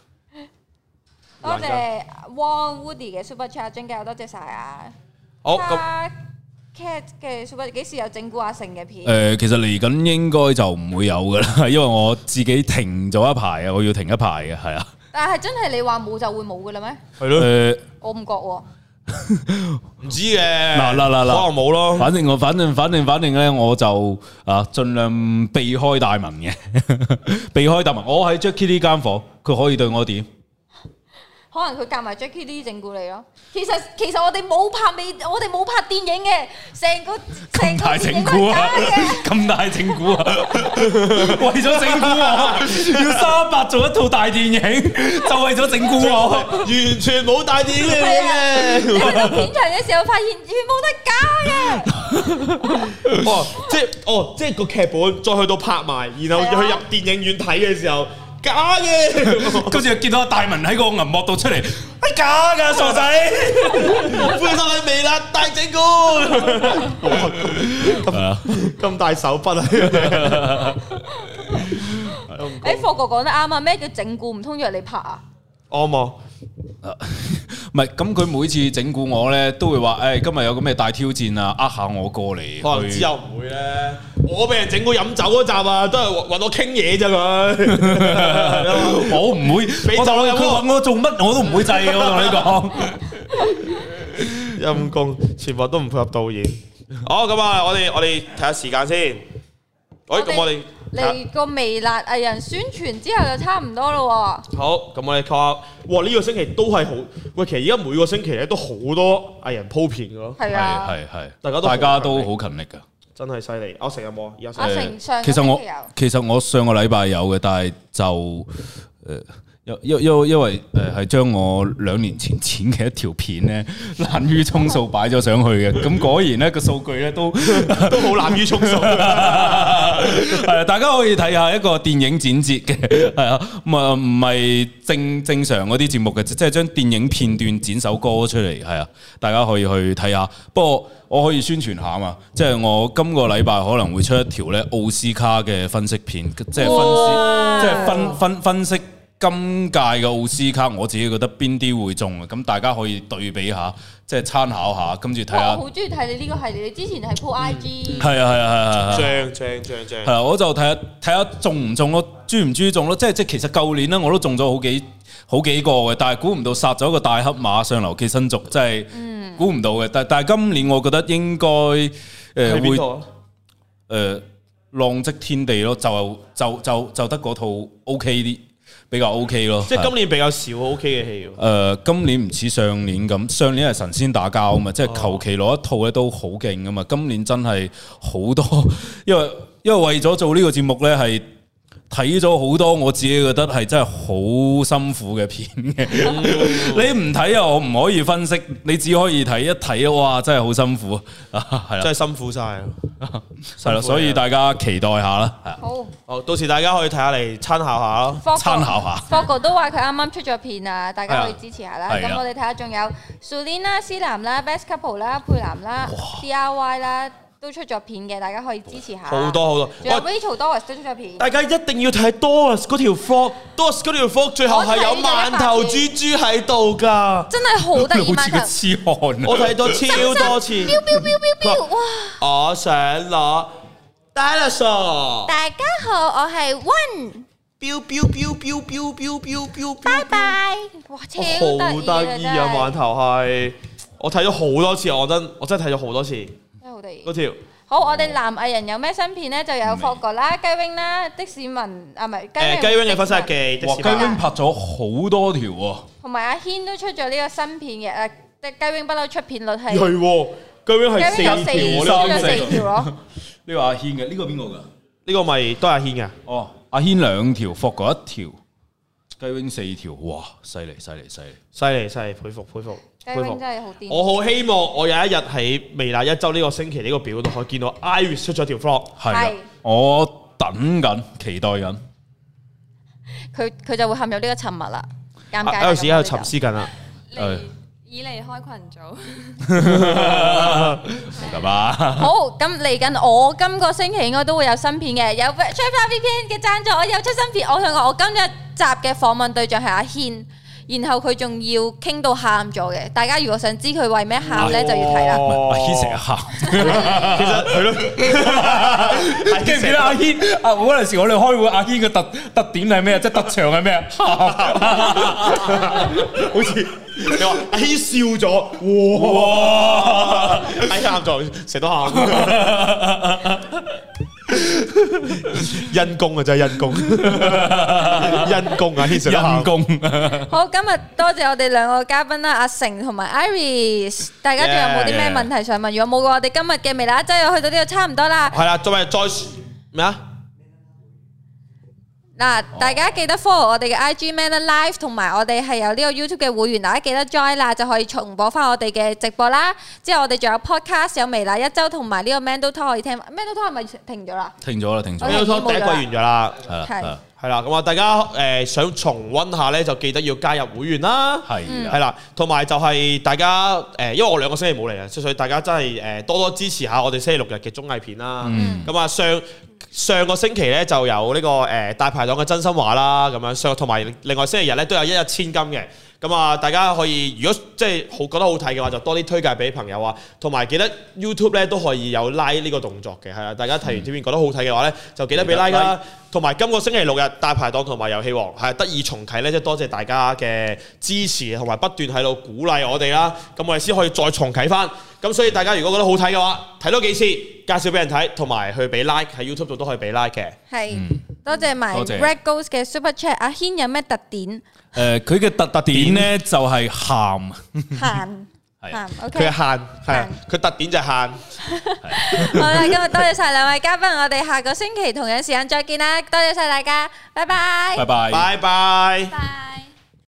Speaker 1: 多謝 Wong Woody 嘅 Super Chat，張繼友多謝晒啊！
Speaker 3: 好咁。
Speaker 1: Cat- Cat 嘅 Super 幾時有整蠱阿成嘅片？
Speaker 2: 誒，其實嚟緊應該就唔會有㗎啦， 因為我自己停咗一排啊，我要停一排嘅，係啊。
Speaker 1: 但係真係你話冇就會冇嘅啦咩？
Speaker 3: 係咯，
Speaker 2: 誒，
Speaker 1: 我唔覺喎，
Speaker 3: 唔知嘅。嗱
Speaker 2: 嗱嗱嗱嗱
Speaker 3: 可能冇咯。
Speaker 2: 反正我反正反正反正咧，我就啊盡量避開大文 嘅，避開大文。我喺 Jackie 呢間房，佢可以對我點？
Speaker 1: 可能佢夾埋 Jackie Lee 整蠱你咯。其實其實我哋冇拍未，我哋冇拍電影嘅，成個成個電影
Speaker 2: 咁大整
Speaker 1: 都
Speaker 2: 蠱
Speaker 1: 係假
Speaker 2: 啊
Speaker 1: 嘅。！
Speaker 2: 咁大整蠱啊！為咗整蠱我，啊要三百做一套大電影，就為咗整蠱我。
Speaker 3: 完全冇大電影嘅
Speaker 1: 係啊，
Speaker 3: 嘢
Speaker 1: 你去到片場嘅時候發現全部都係假 嘅。
Speaker 3: 嘅。哦，即係哦，即係個劇本再去到拍埋，然後
Speaker 1: 係啊
Speaker 3: 去入電影院睇嘅時候，假 嘅。
Speaker 2: 跟住見到阿大文喺個銀幕度出嚟，係假㗎，傻仔！
Speaker 3: 灰心喺未啦，大整 蠱。
Speaker 6: 咁大手 筆啊！
Speaker 1: 誒，霍哥講得啱啊！咩叫整蠱？唔通約你拍啊？
Speaker 3: 我冇。
Speaker 2: 啊唔係，咁佢每次整蠱我咧，都會話：，誒、哎今日有咁嘅大挑戰啊，呃下我過嚟。
Speaker 3: 可能
Speaker 2: 去
Speaker 3: 之後唔會咧。我俾人整過飲酒嗰集啊，都係揾我傾嘢啫佢。
Speaker 2: 我唔會，
Speaker 3: 俾
Speaker 2: 我就
Speaker 3: 酒飲
Speaker 2: 佢
Speaker 3: 我
Speaker 2: 揾我做乜我都唔會制嘅。我同你講，
Speaker 6: 陰公，全部都唔配合導演。
Speaker 3: 好，咁啊，我哋我哋睇下時間
Speaker 2: 哎
Speaker 3: 先。喂，咁我哋
Speaker 1: 嚟個微辣藝人宣傳之後就差唔多咯
Speaker 3: 好，咁我哋睇下。哇！呢個星期都係好。喂，其實而家每個星期咧都好多藝人鋪片嘅咯，
Speaker 1: 喎。係啊，
Speaker 2: 係係係，
Speaker 3: 大家都
Speaker 2: 大家都
Speaker 3: 好
Speaker 2: 好勤力㗎。
Speaker 3: 真係犀利。阿成有冇啊？而家
Speaker 1: 阿
Speaker 3: 成
Speaker 1: 成
Speaker 2: 誒
Speaker 1: 上個星期有
Speaker 2: 其實我其實我上個禮拜有嘅，但係就誒、因因因因為誒係將我兩年前剪嘅一條片 咧，濫竽充數擺咗上去嘅，咁果然咧個數據咧都
Speaker 3: 都好濫竽充 數。
Speaker 2: 係啊大家可以睇下一個電影剪接嘅， 係啊，咁啊唔係正正常嗰啲節目嘅，即係將電影片段剪首歌出嚟，係啊，大家可以去睇下。不過我可以宣傳下嘛，即係我今個禮拜可能會出一條咧奧斯卡嘅分析片，即係分析，即係分分分析。今屆嘅奧斯卡，我自己覺得邊啲會中啊？咁大家可以對比下，即係參考下，跟住睇
Speaker 1: 哇
Speaker 2: 下
Speaker 1: 我。好中意睇你呢個系列，你之前係 po IG。
Speaker 2: 係啊，係啊，係啊係啊，係啊
Speaker 3: 正正正正
Speaker 2: 係。啊，我就睇下睇下中唔中咯，中唔中中咯，即係即係其實舊年咧我都中咗好幾好幾個嘅，但係估唔到殺咗個大黑馬上流寄生族，真
Speaker 3: 嗯
Speaker 2: 係估唔到嘅。但但係今年我覺得應該誒、呃、
Speaker 3: 喺邊
Speaker 2: 會
Speaker 3: 度
Speaker 2: 誒、
Speaker 3: 啊？
Speaker 2: 呃浪跡天地咯，就就就就得嗰套 OK 啲比較 OK 咯。
Speaker 3: 即係
Speaker 2: 係
Speaker 3: 今年比較少 OK 嘅戲喎。
Speaker 2: 誒、呃今年唔似上年咁，上年係神仙打交啊嘛，即係求其攞一套咧都好勁啊嘛。今年真係好多， 因為因為為咗做呢個節目咧，係睇咗好多我自己覺得係真係好辛苦嘅片嘅。你唔睇啊，我唔可以分析，你只可以睇一睇，哇，真係好辛苦啊， 係啦，
Speaker 3: 真係辛苦晒啊。
Speaker 2: 係啦，所以大家期待下啦，係啊
Speaker 1: 好，
Speaker 3: 好，到時大家可以睇下嚟參考下咯。
Speaker 1: 科
Speaker 2: 參考下。
Speaker 1: 科哥都話佢啱啱出咗片啊，大家可以支持下啦。
Speaker 2: 係啊
Speaker 1: 咁我哋睇下仲有 Sulin 啦、思南啦、Best Couple 啦、佩南啦、DIY 啦，都出咗片嘅，大家可以支持下。
Speaker 3: 好多好多
Speaker 1: 仲有
Speaker 3: 喂哎
Speaker 1: Rachel Doris 都出咗片。
Speaker 3: 大家一定要睇 Doris 嗰條 frog，Doris 嗰條 frog 最後係有饅頭豬豬喺度㗎。
Speaker 1: 真係好 得意
Speaker 2: 好
Speaker 1: 嘛！
Speaker 2: 似個
Speaker 1: 頭
Speaker 2: 痴漢
Speaker 3: 我
Speaker 2: 啊！
Speaker 3: 睇咗超多次。
Speaker 1: 彪彪彪彪彪，哇！
Speaker 3: 我想攞 dinosaur。
Speaker 1: 大家好，我係 One，
Speaker 5: 彪彪彪彪彪彪彪彪彪。
Speaker 1: 拜拜。哇，超
Speaker 3: 好得
Speaker 1: 得
Speaker 3: 意
Speaker 1: 意
Speaker 3: 啊！
Speaker 1: 啊！
Speaker 3: 饅
Speaker 1: 真係
Speaker 3: 頭係我睇咗好多次，我真我真係睇咗好多次
Speaker 1: 真係好得意
Speaker 3: 嗰。條。
Speaker 1: 好，我哋男藝人有咩新片咧？就有霍哥啦、雞 wing 啦、的士文啊，唔係雞 wing
Speaker 3: 誒雞 wing 嘅分析
Speaker 1: 的士文
Speaker 3: 記，
Speaker 2: 哇，
Speaker 3: 的
Speaker 2: 雞
Speaker 3: 士
Speaker 1: 雞
Speaker 2: wing 拍咗好多條喎。
Speaker 1: 同埋阿軒都出咗呢個新片嘅，誒、啊即係雞 wing 不嬲出片率
Speaker 3: 係
Speaker 1: 係
Speaker 3: 喎，雞 wing 係啊
Speaker 1: 雞
Speaker 3: 四
Speaker 1: wing 有四
Speaker 3: 條
Speaker 1: 條，
Speaker 3: 喎
Speaker 1: 出
Speaker 3: 呢
Speaker 1: 咗
Speaker 3: 個
Speaker 1: 四條咯。
Speaker 2: 呢個阿軒嘅，呢個邊個㗎？
Speaker 3: 呢個咪都係阿軒嘅。
Speaker 2: 哦，阿軒兩條，霍哥一條，雞 wing 四條，哇！犀利犀利犀利！
Speaker 3: 犀利犀利，佩服佩服
Speaker 1: 雞
Speaker 3: 佩
Speaker 1: wing
Speaker 3: 服！
Speaker 1: 真係好癲，
Speaker 3: 我好希望我有一日喺微辣一周呢個星期呢個表度可以見到 Iris 出咗條 vlog，
Speaker 1: 係
Speaker 2: 係啊，我等緊，期待緊。
Speaker 1: 佢佢就會陷入呢個沉默啦，尷尬啦。
Speaker 3: 啊 Iris 而家喺度沉
Speaker 1: 咁
Speaker 3: 思緊啦。
Speaker 2: 誒
Speaker 4: 離已離開群組，
Speaker 2: 冇咁啊！
Speaker 1: 就好，咁嚟緊我今個星期應該都會有新片嘅，有 Trap VPN 嘅贊助，我有出新片。我想講，我今日集嘅訪問對象係阿軒。然後佢仲要傾到喊咗嘅，大家如果想知佢為咩喊咧，就要睇啦。
Speaker 3: 哦
Speaker 2: 唔係阿軒成日喊，哦其實係咯， 記唔記得阿軒？啊，我嗰陣時我哋開會，阿軒嘅特特點係咩？即係特長係咩？啊
Speaker 3: 好似你話阿軒笑咗，哇！
Speaker 2: 哇！
Speaker 3: 哎阿軒喊咗，成日都喊。因公啊，真係因公，因公啊，牽涉
Speaker 2: 陰
Speaker 3: 公。
Speaker 2: 公，
Speaker 1: 好，今日多謝我哋兩個嘉賓啦，阿成同埋 Iris。大家仲有冇啲咩
Speaker 2: Yeah.
Speaker 1: 問題想問？如果冇嘅話，我哋今日嘅微辣一周又去到呢度差唔多啦。
Speaker 3: 係啦，再咪再咩啊？
Speaker 1: 嗱，大家記得 follow 我哋嘅 IG Man Live，同埋我哋係有呢個 YouTube 嘅會員，大家記得 join 啦，就可以重播翻我哋嘅直播啦。之後我哋仲有 podcast 有微辣一周同埋呢個 Man Do Talk 可以聽。Man Do Talk 係咪停咗啦？
Speaker 2: 停咗啦，停咗
Speaker 1: 我
Speaker 2: 啦
Speaker 1: 哋，
Speaker 3: Mail Talk 第一季完咗啦，
Speaker 2: 係啦，
Speaker 1: 係
Speaker 2: 係啦
Speaker 3: 係啦，咁啊，大家誒想重温下咧，就記得要加入會員啦。
Speaker 2: 係啊
Speaker 3: 係
Speaker 2: 啦，
Speaker 3: 啦，同埋就係大家誒、因為我兩個星期冇嚟啊，所以大家真係誒、多多支持下我哋星期六日嘅綜藝片啦。
Speaker 2: 嗯
Speaker 3: 咁啊、上上個星期咧就有呢、個誒、大排檔嘅真心話啦，咁樣上同埋另外星期日咧都有一日千金嘅。咁啊，大家可以如果即係好覺得好睇嘅話，就多啲推介俾朋友啊，同埋記得 YouTube 咧都可以有 like 呢個動作嘅，係啊，大家睇完片覺得好睇嘅話咧，就記得俾
Speaker 2: 嗯記得
Speaker 3: like 啦。同埋今個星期六日大排檔同埋遊戲王係得以重啟咧，即係多謝大家嘅支持同埋不斷喺度鼓勵我哋啦。咁我哋先可以再重啟翻。咁所以大家如果覺得好睇嘅話，睇多幾次，介紹俾人睇，同埋去俾 like 喺 YouTube 度都可以俾 like 嘅。
Speaker 1: 係，多謝埋
Speaker 2: 嗯多謝
Speaker 1: Red Ghost 嘅 Super Chat。阿軒有咩特 點？
Speaker 2: 誒，佢嘅特特點咧就係鹹，
Speaker 1: 閒
Speaker 2: 係啊
Speaker 1: 閒
Speaker 3: 佢嘅
Speaker 1: OK。
Speaker 3: 限係啊佢特點就係限。
Speaker 1: 好啦，今日多謝晒兩位嘉賓，我哋下個星期同樣時間再見啦，多謝晒大家，拜拜
Speaker 2: 拜。拜。
Speaker 3: 拜拜。
Speaker 4: 拜。